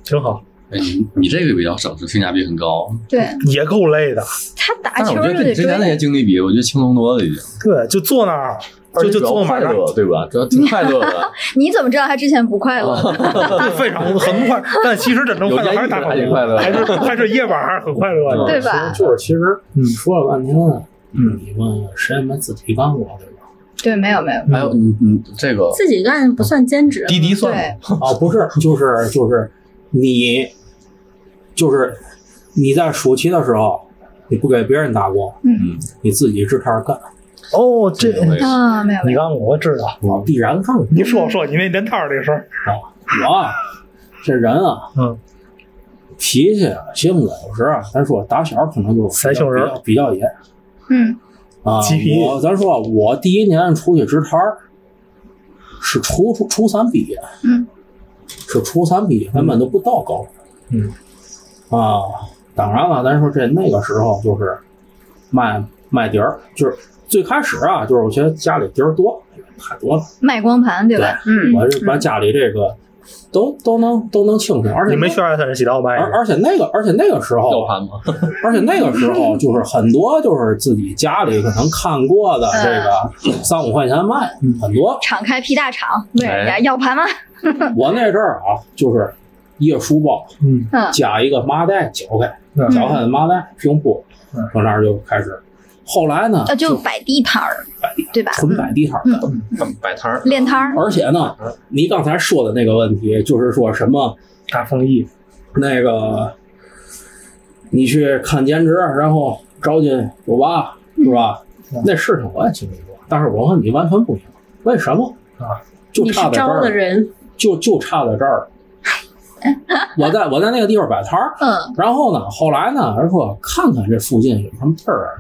挺好，哎，你你这个比较省事，性价比很高。对也够累的，他打但是啊球我觉就得跟得你之追前那些经历比，我觉得轻松多了已经。对，就坐那儿，就就主坐要马快上，乐，对吧？主要挺快乐 的，你怎么知道他之前不快啊乐呢？对，非常很不快，但其实真正快乐还是打有烟瘾还是快乐还是还是夜晚还是很快乐的，对吧？就是其实嗯说了半天啊，嗯你们谁也没自己干过对吧？对，没有没有，还有你你这个自己干不算兼职。滴滴算吗？对，啊，不是，就是就是你就是你在暑期的时候，你不给别人打工，嗯，你自己支摊儿干，哦，这这个我也啊，没有没你有，看我知道。我必然干过。你说说你那年摊儿这事儿，我啊这人啊，嗯，脾气啊性子有时啊，咱说打小可能就比较塞性人比较比较野嗯啊。急脾气我咱说我第一年出去支摊儿，是初初初三毕业，嗯，是初三毕业，根本都不到高中。嗯，啊，当然了，咱说这那个时候就是卖卖碟儿，就是最开始啊，就是我觉得家里碟儿多太多了，卖光盘对吧？嗯，我就把家里这个都都能都能清清，而且你没去二三人洗道卖而而且那个，而且那个时要候，啊盘吗？而且那个时候就是很多就是自己家里可能看过的这个三五块钱卖很多。敞开批大厂问人家哎要盘吗？我那阵儿啊，就是一个书包嗯嗯加一个麻袋绞开，嗯绞开的麻袋平铺嗯，从那儿就开始。后来呢，呃，就摆地摊儿，对吧？嗯纯摆地摊儿干。摆摊儿，练摊儿，啊而且呢，你刚才说的那个问题，就是说什么大风翼，那个，你去看兼职，然后招进酒吧，是吧？那事情我也经历过，哎但是我和你完全不一样。为什么啊？就你是差在这招儿的了，人，就就差在这 儿了。我在我在那个地方摆摊儿，嗯然后呢，后来呢，人说看看这附近有什么地儿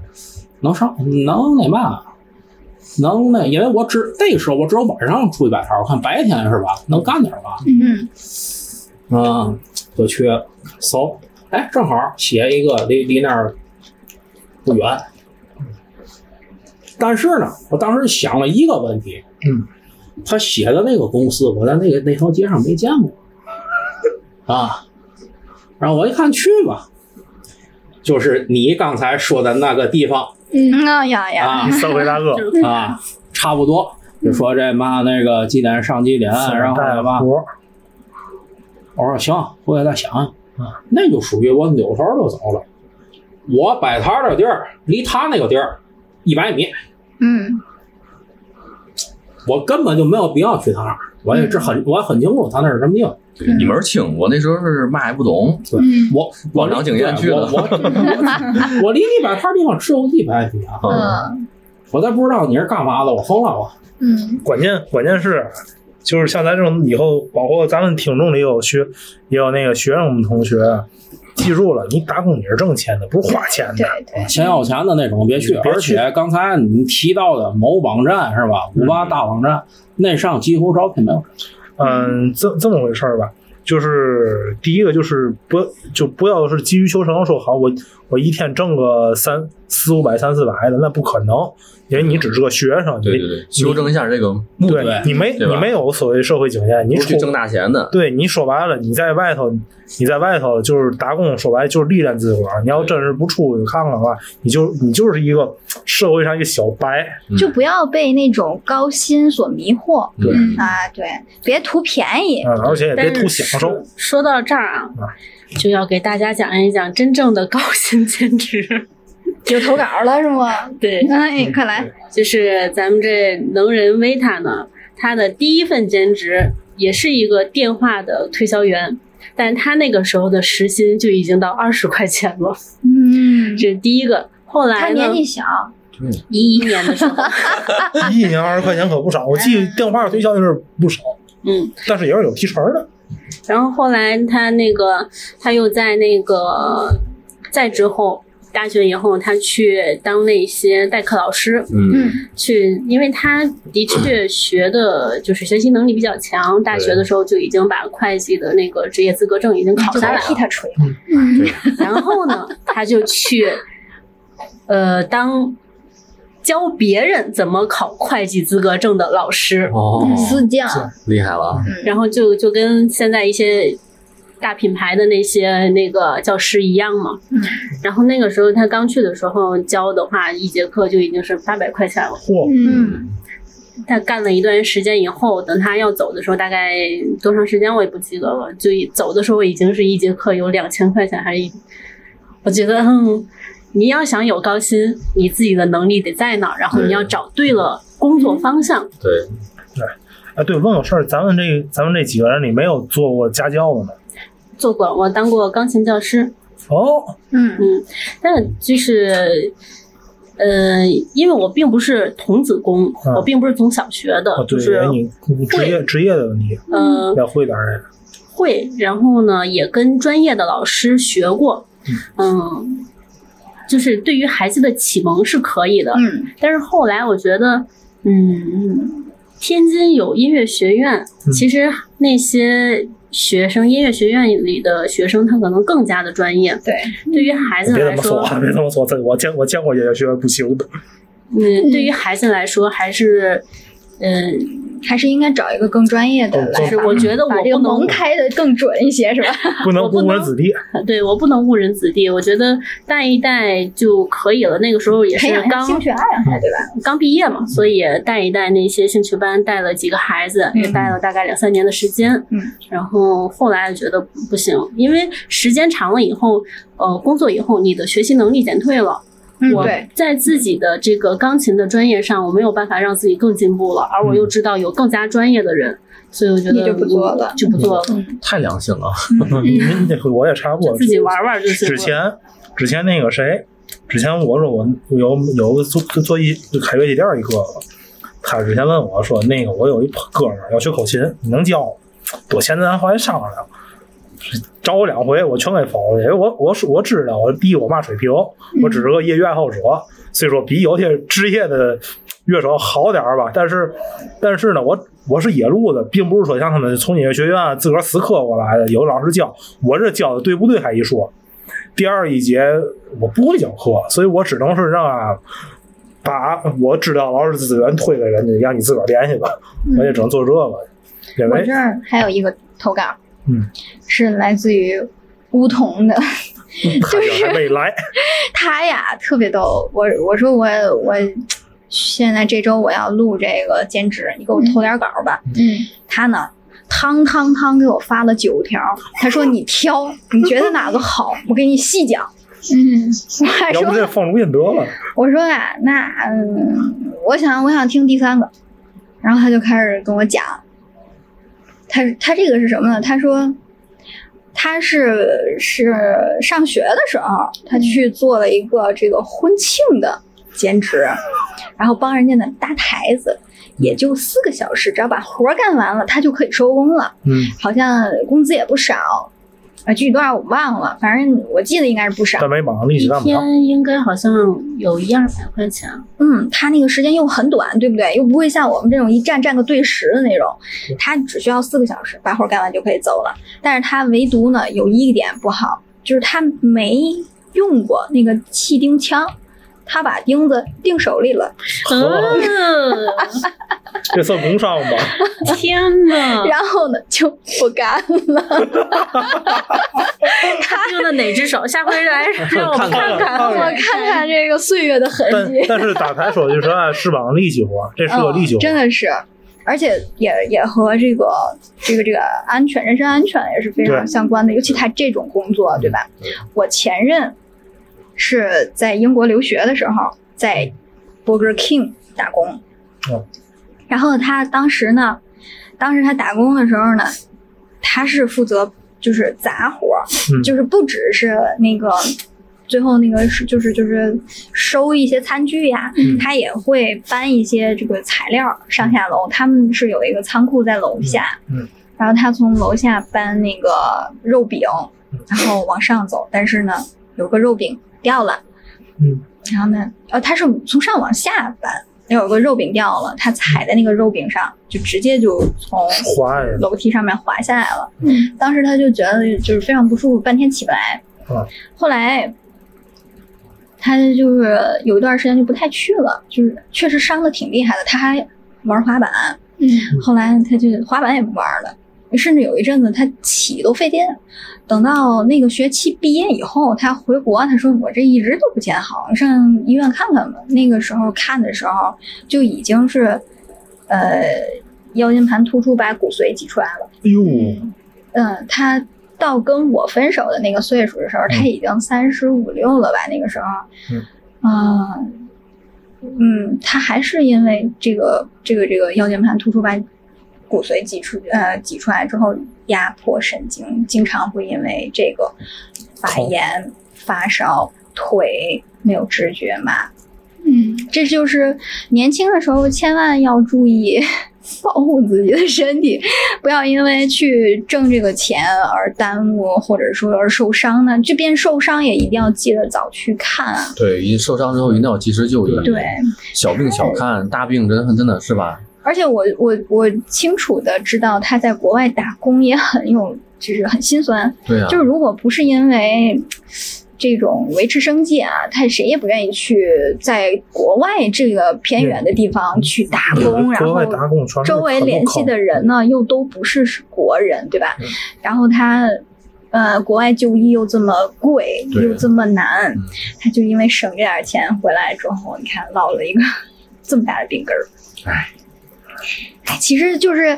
能上能那嘛，能那，因为我只那个时候我只有晚上出去摆摊儿，我看白天是吧，能干点儿吧。嗯嗯，就去搜，哎，正好写一个离离那儿不远。但是呢，我当时想了一个问题，嗯，他写的那个公司，我在那个那条街上没见过啊。然后我一看，去吧，就是你刚才说的那个地方嗯，啊呀呀，啊三回大 哥，啊，差不多。就说这嘛那个几点上几点，啊然后带什么活，我说行，回去再想想。啊，那就属于我扭头就走了。我摆摊儿的地儿离他那个地儿一百米，嗯我根本就没有必要去他那儿。我也是很，我很清楚他那是什么地方。对你门儿清。我那时候是嘛也不懂，嗯我我广离场景园去我的我我 离你摆摊儿地方只有一百米啊！嗯我才不知道你是干嘛的，我疯了我。嗯关键关键是，就是像咱这种以后，包括咱们听众里有学，也有那个学生同学，记住了，你打工你是挣钱的，不是花钱对的，对，先要钱的那种别去。别而去且刚才你提到的某网站是吧？五八大网站那上几乎招聘没有。嗯，这这么回事儿吧，就是第一个就是不就不要是急于求成，说好我我一天挣个三四五百、三四百的，那不可能，因为你只是个学生，对对对，你修正一下这个你目的，对，你没对吧你没有所谓社会经验，你不是去出挣大钱的。对你说白了，你在外头，你在外头就是打工，说白了就是历练自个儿。你要真是不出去看看的话，你就你就是一个社会上一个小白。嗯就不要被那种高薪所迷惑对，啊！对，别图便宜。嗯，而且也别但图是享受说。说到这儿啊，就要给大家讲一讲真正的高薪 兼职。有投稿了是吗？对，哎，快来！就是咱们这能人维塔呢，他的第一份兼职也是一个电话的推销员，但他那个时候的时薪就已经到二十块钱了，嗯，这是第一个。后他来呢年？纪小，一一年的时候，一年二十块钱可不少，我记得电话推销那阵儿不少，哎嗯，但是也是有提成的。然后后来他那个他又在那个在职后大学以后，他去当那些代课老师，嗯，去，因为他的确学的就是学习能力比较强，大学的时候就已经把会计的那个职业资格证已经考嗯就下该来替了。嗯他吹了。然后呢，他就去， 呃，当教别人怎么考会计资格证的老师，哦，四将，厉害了，然后就就跟现在一些大品牌的那些那个教师一样嘛。嗯然后那个时候他刚去的时候教的话，一节课就已经是八百块钱了。嚯，嗯，他干了一段时间以后，等他要走的时候，大概多长时间我也不记得了。就一走的时候已经是一节课有两千块钱，还是一，我觉得，嗯，你要想有高薪，你自己的能力得在哪儿，然后你要找对了工作方向。对，哎，对，问个事儿，咱们这咱们这几个人里没有做过家教的吗？做过，我当过钢琴教师，哦，嗯但就是。呃，因为我并不是童子功，嗯我并不是从小学的，啊就对，是哎你你职业职业的问题呃，要会点儿啊会，然后呢，也跟专业的老师学过，嗯，就是对于孩子的启蒙是可以的。嗯但是后来我觉得，嗯，天津有音乐学院，嗯其实那些学生，音乐学院里的学生，他可能更加的专业。对，对于孩这个，子别来这么说说，啊，别这么说，这我见我见过也学不行的。嗯，对于孩子来说，还是，嗯，还是应该找一个更专业的哦来是吧。我觉得我把这个不门能开的更准一些，是吧？不能我不误人能子弟。对我不能误人子弟，我觉得带一带就可以了。那个时候也培是养一下刚兴趣爱好，对吧？刚毕业嗯嘛，所以也带一带那些兴趣班，带了几个孩子，也带了大概两三年的时间。嗯，然后后来觉得不行，因为时间长了以后，呃，工作以后你的学习能力减退了。嗯，我对，在自己的这个钢琴的专业上，我没有办法让自己更进步了，而我又知道有更加专业的人，所以我觉得你就不做了就不做了，太良心了，嗯您这个我也差不多，嗯自己玩玩就行了。之前之前那个谁，之前我说我有有个做做一就开乐器店儿一哥哥，他之前问我说那个我有一哥们儿要学口琴，你能教我？多钱咱后来商量，找我两回我全给否了，因为我我是我知道我第一我嘛水平，我只是个业余爱好者，所以说比有些职业的乐手好点儿吧，但是但是呢我。我是野路子，并不是说像他们从音乐学院自个儿死磕过来的，有老师教，我这教的对不对还一说。第二一节我不会讲课，所以我只能是让啊，把我知道老师资源推给人家，让你自个儿联系吧，我也只能做这个。因我为这儿还有一个投稿，嗯，是来自于梧桐的，他就是未来，他呀特别逗，我我说我我现在这周我要录这个兼职，你给我投点稿吧。嗯，他呢，汤汤汤给我发了九条，他说你挑，你觉得哪个好，我给你细讲。嗯，我还要说不这放录音得了。我说啊，那嗯，我想我想听第三个，然后他就开始跟我讲，他他这个是什么呢？他说他是是上学的时候，他去做了一个这个婚庆的兼职，然后帮人家呢搭台子，也就四个小时，只要把活儿干完了，他就可以收工了。嗯，好像工资也不少，啊，具体多少我忘了，反正我记得应该是不少。但没忙，力一气干不长。天应该好像有一二百块钱，嗯，他那个时间又很短，对不对？又不会像我们这种一站站个对时的那种，他只需要四个小时把活儿干完就可以走了。但是他唯独呢有一点不好，就是他没用过那个气钉枪，他把钉子钉手里了，嗯， 这算工伤吧？ 天哪！ 然后呢就不干了。用的哪只手？下回来让我们看看。我看看这个岁月的痕但 迹。但是打牌手就是按翅膀力气活，这是有力气活。哦真的是，而且也也和这个这个这个安全、人身安全也是非常对相关的，尤其他这种工作，对吧？嗯我前任是在英国留学的时候，在 Burger King 打工，哦嗯然后他当时呢，当时他打工的时候呢，他是负责就是杂活儿，嗯就是不只是那个。最后那个是就是就是收一些餐具呀、嗯他也会搬一些这个材料上下楼。他们是有一个仓库在楼下，嗯嗯然后他从楼下搬那个肉饼，嗯然后往上走，但是呢，有个肉饼掉了，嗯，然后呢，呃，他是从上往下搬，有个肉饼掉了，他踩在那个肉饼上，就直接就从滑呀楼梯上面滑下来了。嗯，当时他就觉得就是非常不舒服，半天起不来。啊后来他就是有一段时间就不太去了，就是确实伤的挺厉害的。他还玩滑板，嗯，后来他就滑板也不玩了。甚至有一阵子他起都费劲，等到那个学期毕业以后，他回国，他说我这一直都不见好，上医院看看吧。那个时候看的时候就已经是，呃，腰间盘突出把骨髓挤出来了。哎呦，嗯，他到跟我分手的那个岁数的时候，他已经三十五六了吧？那个时候，嗯啊，嗯，他还是因为这个这个这个腰间盘突出把骨髓挤出呃挤出来之后，压迫神经，经常会因为这个发痛炎、发烧、腿没有知觉嘛，嗯，这就是年轻的时候千万要注意 保护自己的身体，不要因为去挣这个钱而耽误，或者说而受伤呢。这边受伤也一定要记得早去看啊。对，一受伤之后一定要及时就医。对，小病小看，大病真的真的是吧？而且我我我清楚的知道他在国外打工也很有，就是很心酸。嗯对啊呀、就是如果不是因为这种维持生计啊，他谁也不愿意去在国外这个偏远的地方去打工，然嗯国外打后工全是周围联系的人呢又都不是国人，对吧嗯？然后他。呃，国外就医又这么贵，对又这么难，嗯他就因为省这点钱回来之后，你看落了一个 这么大的病根儿。唉哎，其实就是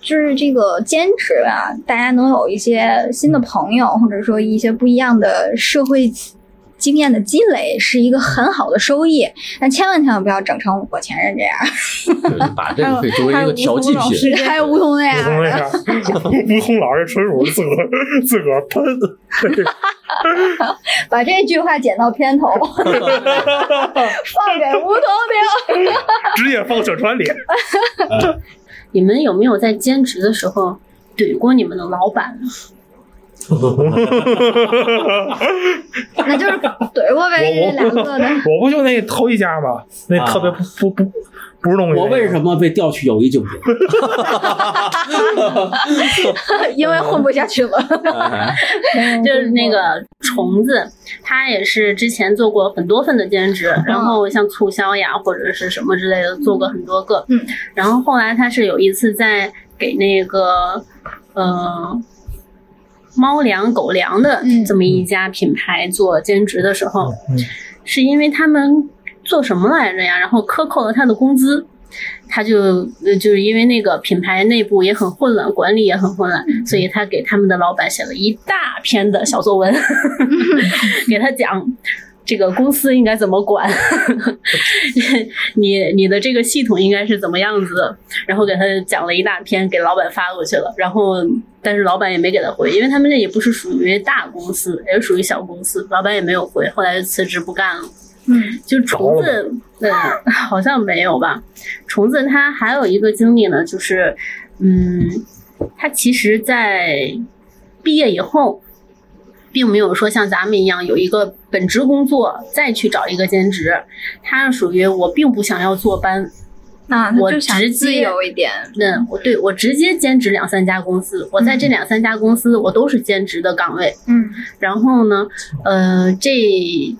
就是这个兼职吧，大家能有一些新的朋友，或者说一些不一样的社会经验的积累，是一个很好的收益。但千万千万不要整成我前任这样，对，把这个可以作为一个调剂还有还有吴品桐。 还有吴桐那吴样桐那的。样，吴桐老师纯啊 属自个儿自个儿喷。把这句话剪到片头，放给吴桐听。 职业放宣传里，你们有没有在兼职的时候怼过你们的老板呢？ 那就是怼过呗，我我这两个的。我不就那头一家吗？那特别啊不不不不是弄我为什么被调去友谊竞品？因为混不下去了。就是那个虫子，他也是之前做过很多份的兼职，然后像促销呀或者是什么之类的做过很多个。嗯，然后后来他是有一次在给那个呃猫粮、狗粮的嗯这么一家品牌做兼职的时候， 嗯是因为他们做什么来着呀？然后克扣了他的工资。他就呃就是因为那个品牌内部也很混乱，管理也很混乱，所以他给他们的老板写了一大篇的小作文，给他讲这个公司应该怎么管， 你你的这个系统应该是怎么样子的，然后给他讲了一大篇，给老板发过去了，然后但是老板也没给他回，因为他们这也不是属于大公司，也是属于小公司，老板也没有回，后来就辞职不干了。嗯，就虫着子，嗯，好像没有吧。虫子它还有一个经历呢，就是，嗯，它其实在毕业以后，并没有说像咱们一样有一个本职工作再去找一个兼职，它是属于我并不想要坐班， 那他我就想直自接由一点，那我对我直接兼职两三家公司，我在这两三家公司我都是兼职的岗位。嗯然后呢，呃，这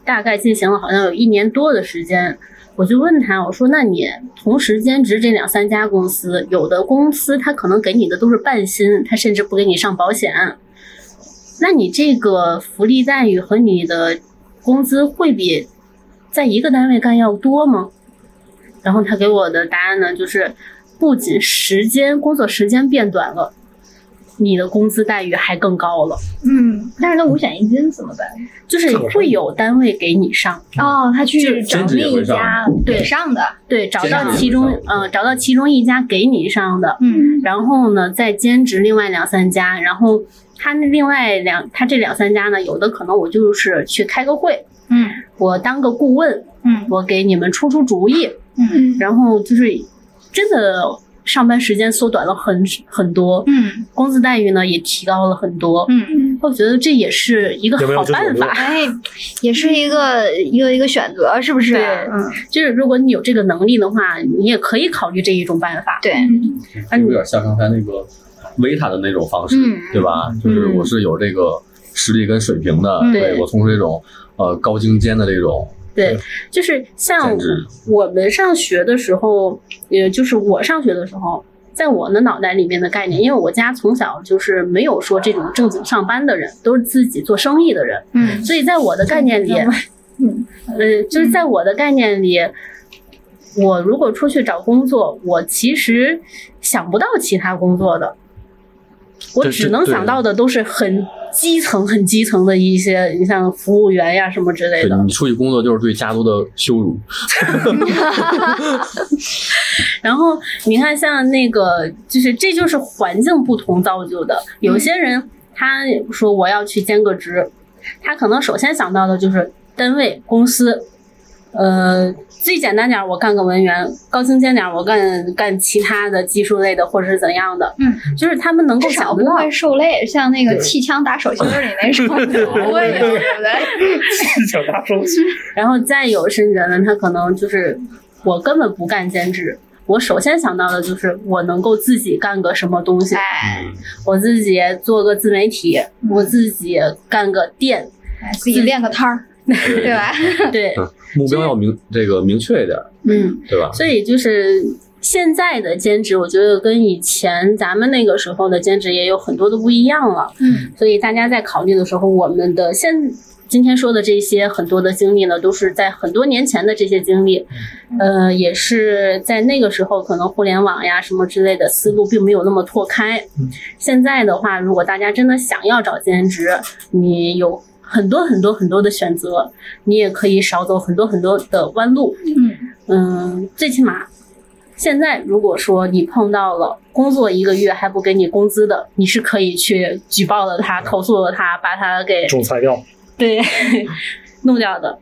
大概进行了好像有一年多的时间。我就问他，我说：“那你同时兼职这两三家公司，有的公司他可能给你的都是半薪，他甚至不给你上保险。那你这个福利待遇和你的工资会比在一个单位干要多吗？”然后他给我的答案呢，就是不仅时间工作时间变短了，你的工资待遇还更高了。嗯，但是他五险一金怎么办？就是会有单位给你上，哦，他去找兼职也另一会上家对对上的，对，找兼职到也其会中上，呃，找到其中一家给你上的，嗯然后呢，再兼职另外两三家，然后他那另外两，他这两三家呢，有的可能我就是去开个会，嗯我当个顾问，嗯我给你们出出主意，嗯然后就是真的上班时间缩短了很很多，嗯工资待遇呢也提高了很多，嗯，我觉得这也是一个有没有好这种办法，哎，也是一个一个一个选择，是不是？嗯，就是如果你有这个能力的话，你也可以考虑这一种办法。对，哎有点像刚才那个维塔的那种方式，嗯对吧？就是嗯我是有这个实力跟水平的，嗯对对我从事这种呃高精尖的这种对，就是像兼职，我们上学的时候，也就是我上学的时候，在我的脑袋里面的概念，因为我家从小就是没有说这种正经上班的人，都是自己做生意的人，嗯所以在我的概念里，嗯 呃，就是在我的概念里，我如果出去找工作，我其实想不到其他工作的，我对只对能对想到的都是很基层、很基层的一些，你像服务员呀什么之类对的。你出去工作就是对家族的羞辱。然后你看，像那个，就是这就是环境不同造就的。有些人他说我要去兼个职，他可能首先想到的就是单位、公司。呃，最简单点儿，我干个文员；高精尖点儿，我干干其他的技术类的，或者是怎样的。嗯，就是他们能够至想少得不到会受累，像那个气枪打手心儿里那种，不会，对不对？想大手然后再有甚至呢，他可能就是我根本不干兼职，我首先想到的就是我能够自己干个什么东西，哎，我自己做个自媒体，我自己干个店，哎自己练个摊儿，对吧？ 对，目标要明这个明确一点，嗯，对吧？所以就是现在的兼职，我觉得跟以前咱们那个时候的兼职也有很多的不一样了。嗯，所以大家在考虑的时候，我们的现今天说的这些很多的经历呢，都是在很多年前的这些经历，呃，也是在那个时候可能互联网呀什么之类的思路并没有那么拓开。现在的话，如果大家真的想要找兼职，你有。很多很多很多的选择，你也可以少走很多很多的弯路。嗯，最起码现在如果说你碰到了工作一个月还不给你工资的，你是可以去举报了他，投诉了他，把他给种材料。 对弄掉的。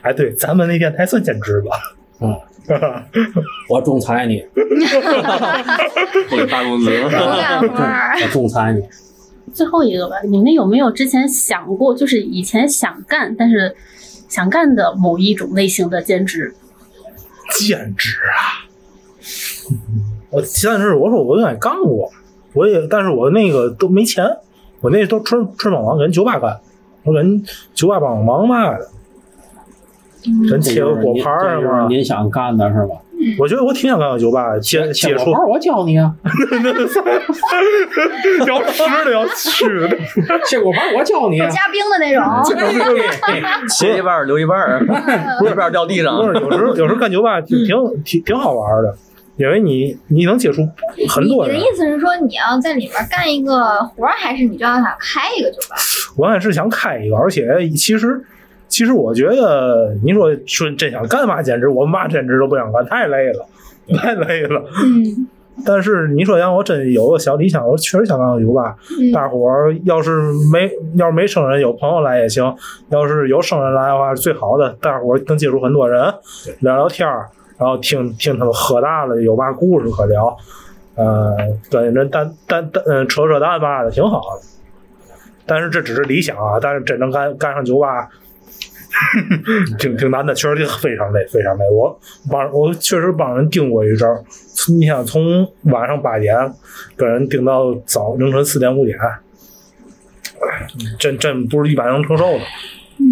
哎，对，咱们那电台算兼职吧？嗯， 我仲裁你，不给发工资， 我两分儿，我仲裁你，最后一个吧，你们有没有之前想过，就是以前想干但是想干的某一种类型的兼职？兼职啊！嗯我前两阵儿我说我也干过，我也但是我那个都没钱，我那都春春网忙，人酒吧干，我人酒吧帮忙卖的，人切个果盘这儿什就是么的。您想干的是吧？我觉得我挺想干个酒吧，接接果触 盘，儿我教你啊，聊吃的聊去 的，切果盘儿我教 你啊。加冰的那种， 切一半儿留一半儿，一半儿掉啊地上不。是有时候有时候干酒吧挺挺挺好玩的，因为你你能接触很你多你的人意。思是说你要在里面干一个活儿，还是你就要想开一个酒吧？我也是想开一个，而且其实其实我觉得，你说说真想干嘛兼职，我嘛兼职都不想干，太累了，太累了。嗯 但是你说让我真有个小理想，我确实想干个酒吧。嗯大伙儿要是没要是没生人，有朋友来也行；要是有生人来的话，是最好的。大伙儿能接触很多人，聊聊天儿，然后听听他们喝大了有嘛故事可聊，呃，跟人淡淡淡嗯扯扯淡吧的，挺好的。但是这只是理想啊，但是真能干干上酒吧， 挺挺难的，确实非常累，非常累。我帮我确实帮人盯过一阵儿，你想从晚上八点给人盯到早凌晨四点五点，这这不是一般能承受的。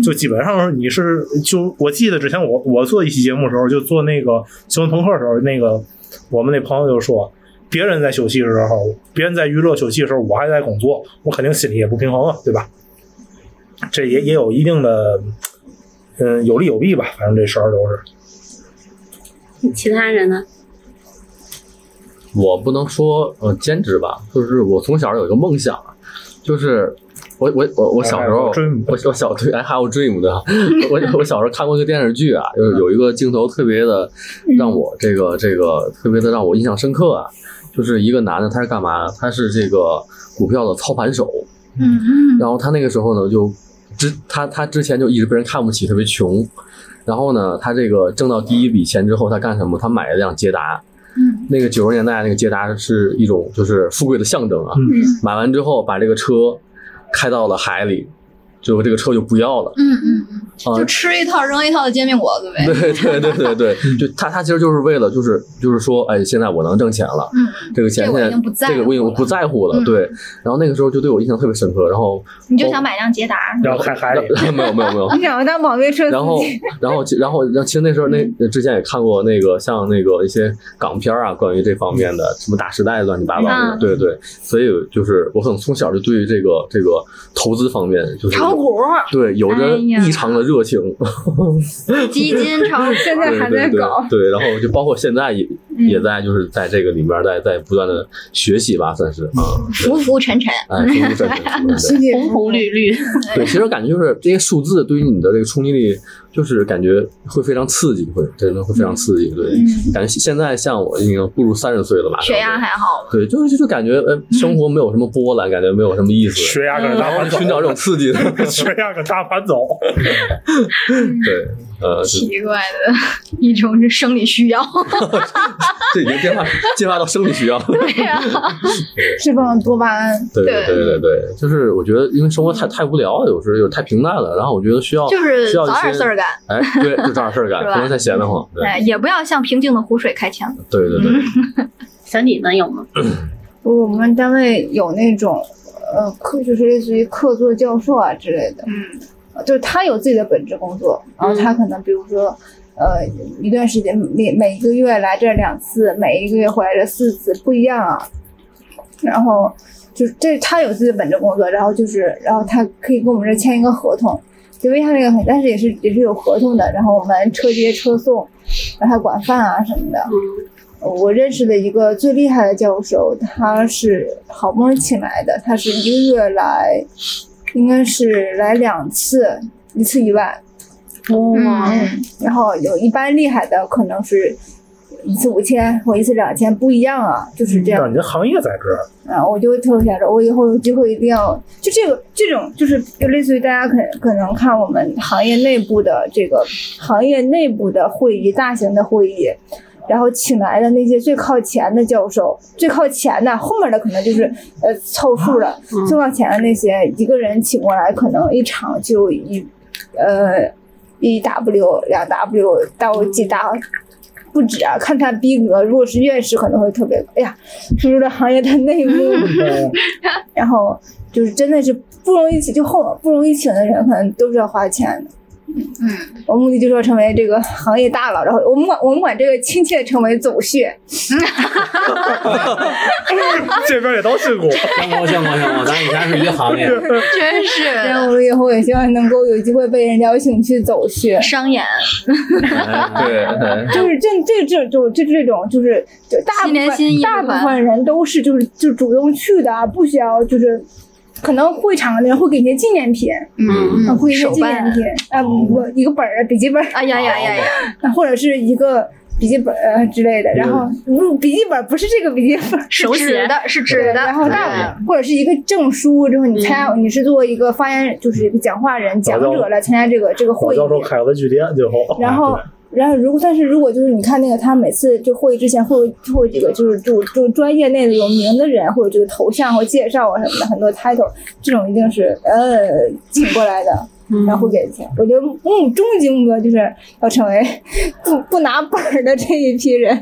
就基本上你是就我记得之前我我做一期节目的时候，就做那个新闻朋克的时候，那个我们那朋友就说，别人在休息的时候，别人在娱乐休息的时候，我还在工作，我肯定心里也不平衡啊，对吧？这也也有一定的，嗯，有利有弊吧，反正这事儿都是。其他人呢？我不能说呃兼职吧，就是我从小有一个梦想，就是我我我我小时候 I have a dream 我我小对 I have a dream 的， 我我小时候看过一个电视剧啊，就是有一个镜头特别的让我这个这个特别的让我印象深刻啊，就是一个男的他是干嘛？他是这个股票的操盘手，嗯然后他那个时候呢，就之他他之前就一直被人看不起，特别穷。然后呢，他这个挣到第一笔钱之后，他干什么？他买了辆捷达。嗯，那个九十年代那个捷达是一种就是富贵的象征啊。嗯买完之后，把这个车开到了海里，就这个车就不要了。 嗯嗯嗯，啊就吃一套扔一套的煎饼果子呗。对对对对嗯对，就他他其实就是为了就是就是说，哎，现在我能挣钱了，嗯，这个钱这现我已在经不在这个我已乎经了不在乎了。嗯对，然后那个时候就对我印象特别深刻。然后你就想买辆捷达，哦然后海海里， 没有没有没有，你想要当网约车司机？哦 然后，然后，然后，然后，其实那时候那嗯之前也看过那个像那个一些港片啊，关于这方面的什么《大时代》乱七八糟的，啊嗯对对。所以就是我可能从小就对于这个这个投资方面就是炒股、对有着哎呀异常的热情，基金、 炒股，现在对还对在对搞，嗯对。然后就包括现在也也在就是在这个里面在在不断的学习吧，算是嗯啊，浮浮沉沉。哎，对对对对。姐红红绿绿，对，其实感觉就是这些数字对于你的这个冲击力，就是感觉会非常刺激，会真的会非常嗯刺激。对，感觉现在像我已经步入三十岁了嘛，血压还嗯好吗？对，就是就感觉呃，生活没有什么波澜，感觉没有什么意思，血压跟大然后盘走，寻找这种刺激的，嗯血压跟大盘走。对，呃，就奇怪的一种是生理需要，这已经进化进化到生理需 要了。对呀、释放多巴胺，对对对对对，就是我觉得因为生活太太无聊了，有时候有太平淡了，然后我觉得需要就是需要一早些点事儿干，哎，对，就找点事儿干，是吧不能再闲得慌。对哎，嗯也不要向平静的湖水开枪。对对对，小李呢有吗？我们单位有那种呃课，就是类似于客座教授啊之类的，嗯就是他有自己的本职工作，然后他可能比如说。呃，一段时间每每一个月来这两次，每一个月回来这四次不一样啊。然后就是这他有自己的本职工作，然后就是然后他可以跟我们这签一个合同，因为他那个很，但是也是也是有合同的。然后我们车接车送，然后他管饭啊什么的。嗯，我认识的一个最厉害的教授，他是好不容易请来的，他是一个月来，应该是来两次，一次一万，哇，嗯，然后有一般厉害的可能是一次五千或一次两千，不一样啊，就是这样让。你的行业在这儿，啊，我就特别想说，我以后有机会一定要就这个这种，就是就类似于大家可可能看我们行业内部的这个行业内部的会议，大型的会议，然后请来的那些最靠前的教授，最靠前的，后面的可能就是呃凑数的，嗯最靠前的那些一个人请过来，可能一场就一呃一 W 两 W 到几 W。不止啊，看他逼格，如果是院士可能会特别，哎呀，是不是行业的内部？嗯然后就是真的是不容易请，就后不容易请的人，可能都是要花钱的。嗯，我目的就是要成为这个行业大佬，然后我们管我们管这个亲切地称为走穴，这边也都辛苦。相过相过相过，咱以前是一个行 业，真是 然后我以后也希望能够有机会被人邀请去走穴。商演，哎对哎就是这这这种就这种就是就大部心连分心意大不满部分人都是就是就主动去的啊，不需要就是可能会场的人会给一些纪念品，嗯啊会一些手纪念办，品啊，不不一个本儿笔记本儿哎呀呀呀呀，啊，或者是一个笔记本呃之类的，然嗯后不笔记本不是这个笔记本，哦是手指写的，是指对的，嗯然后对大或者是一个证书之后，你参加你是作为一个发言就是一个讲话人讲早教者来参加这个这个老会议教，授开了据点，最后然后。然后，如果但是如果就是你看那个，他每次就会议之前会有会有这个就是就就专业内的有名的人，会有这个头像或介绍啊什么的，很多 title 这种一定是呃请过来的。嗯然后给钱。我觉得目中金哥就是要成为不不拿本儿的这一批人。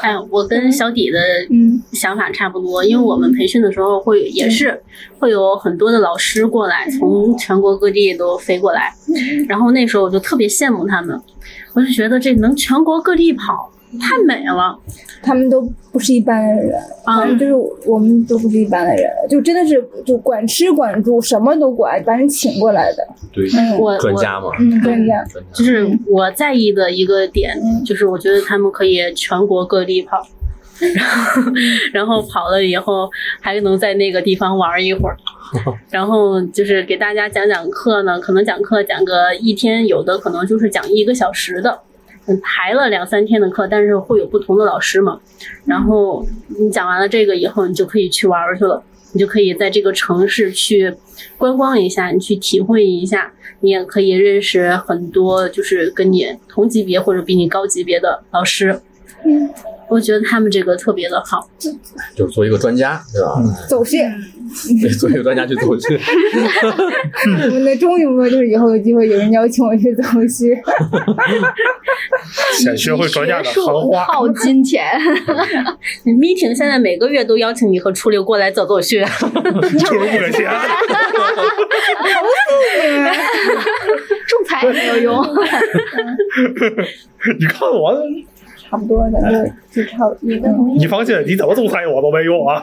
哎，我跟小底的嗯想法差不多，因为我们培训的时候会也是会有很多的老师过来，从全国各地都飞过来，然后那时候我就特别羡慕他们，我就觉得这能全国各地跑太美了他们都不是一般的人，啊反！正就是我们都不是一般的人，就真的是就管吃管住，什么都管，把人请过来的。对，嗯，我专我家嘛，嗯，对呀，专家就是我在意的一个点，就是我觉得他们可以全国各地跑。然后，然后跑了以后还能在那个地方玩一会儿，然后就是给大家讲讲课呢，可能讲课讲个一天，有的可能就是讲一个小时的，嗯，排了两三天的课，但是会有不同的老师嘛。然后你讲完了这个以后，你就可以去玩儿去了，你就可以在这个城市去观光一下，你去体会一下，你也可以认识很多就是跟你同级别或者比你高级别的老师。嗯，我觉得他们这个特别的好。就是做一个专家，对吧？嗯 走穴。对，做一个专家去走去，我们的中金哥就是以后有机会有人邀请我去走穴。 想学会专家的行话。耗金钱， meeting 现在每个月都邀请你和初六过来走走穴，就是不给钱。仲裁也没有用。你看我，差不多，咱就就差不多。你放心，你怎么仲裁我都没用啊，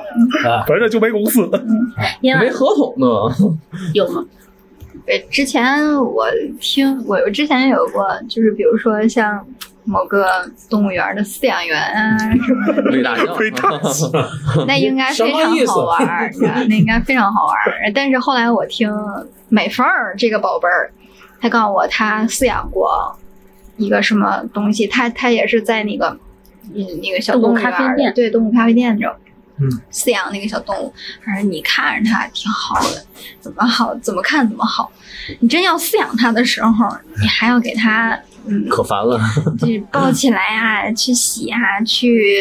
反正就没公司。 因没为合同呢。 有吗？对，之前我听我我之前有过，就是比如说像某个动物园的饲养员啊什么的，伟大将，伟大那应该非常好玩儿，你知道 那应该非常好玩儿。但是后来我听美凤儿这个宝贝儿，他告诉我他饲养过一个什么东西，他他也是在那个嗯那个小动物园动物咖啡儿店对动物咖啡店这种。嗯，饲养那个小动物，他说你看着它挺好的，怎么好怎么看怎么好。你真要饲养它的时候，你还要给它嗯可烦了，就是抱起来啊，去洗啊，去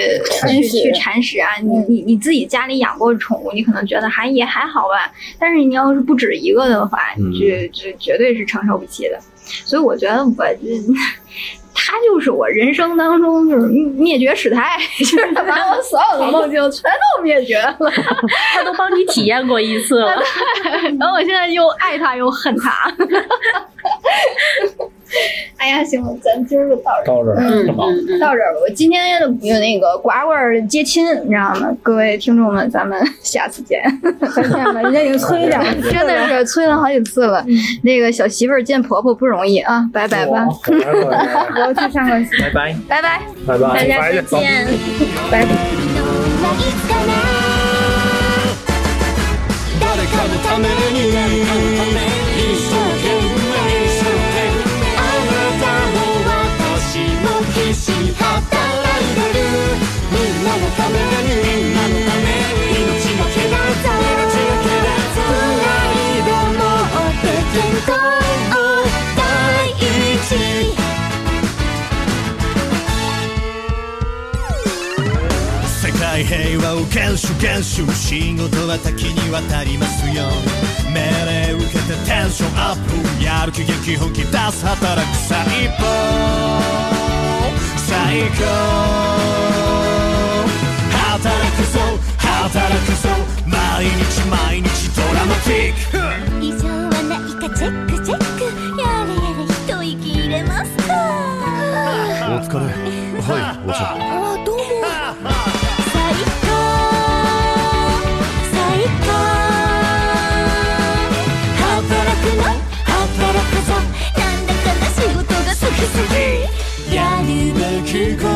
去食去铲屎啊。你你你自己家里养过宠物，你可能觉得还也还好吧，但是你要是不止一个的话，嗯这这绝对是承受不起的。所以我觉得我 这。他就是我人生当中就是灭绝师太， 就是他把我所有的梦境全都灭绝了。 他都帮你体验过一次了。然后我现在又爱他又恨他。 哎呀，行了，咱今儿就到这儿。到这儿，嗯嗯嗯，到这儿吧，我今天有那个瓜味儿接亲，你知道吗？各位听众们，咱们 下次见。再见吧，人家已经催两次了， 真的是催了好几次了，那个小媳妇儿见婆婆不容易啊，拜拜吧，好拜拜我要去上个拜拜。拜拜。拜大拜，家拜再拜。见。拜拜。誰かのために一生懸命あなたも私も必死に働いてるみんなのために命がけだぜプライド持って健康を第一世界平和を厳守厳守仕事は多岐にわたりますよ命令受けてテンションアップやる気元気本気出す働く最高最高働くぞ働くぞ毎日毎日ドラマティック異常はないかチェックチェックやれやれ一息入れますかお疲れはいお茶あどうも最高最高働くの働くぞなんだかんだ仕事が好き好きやるべきこと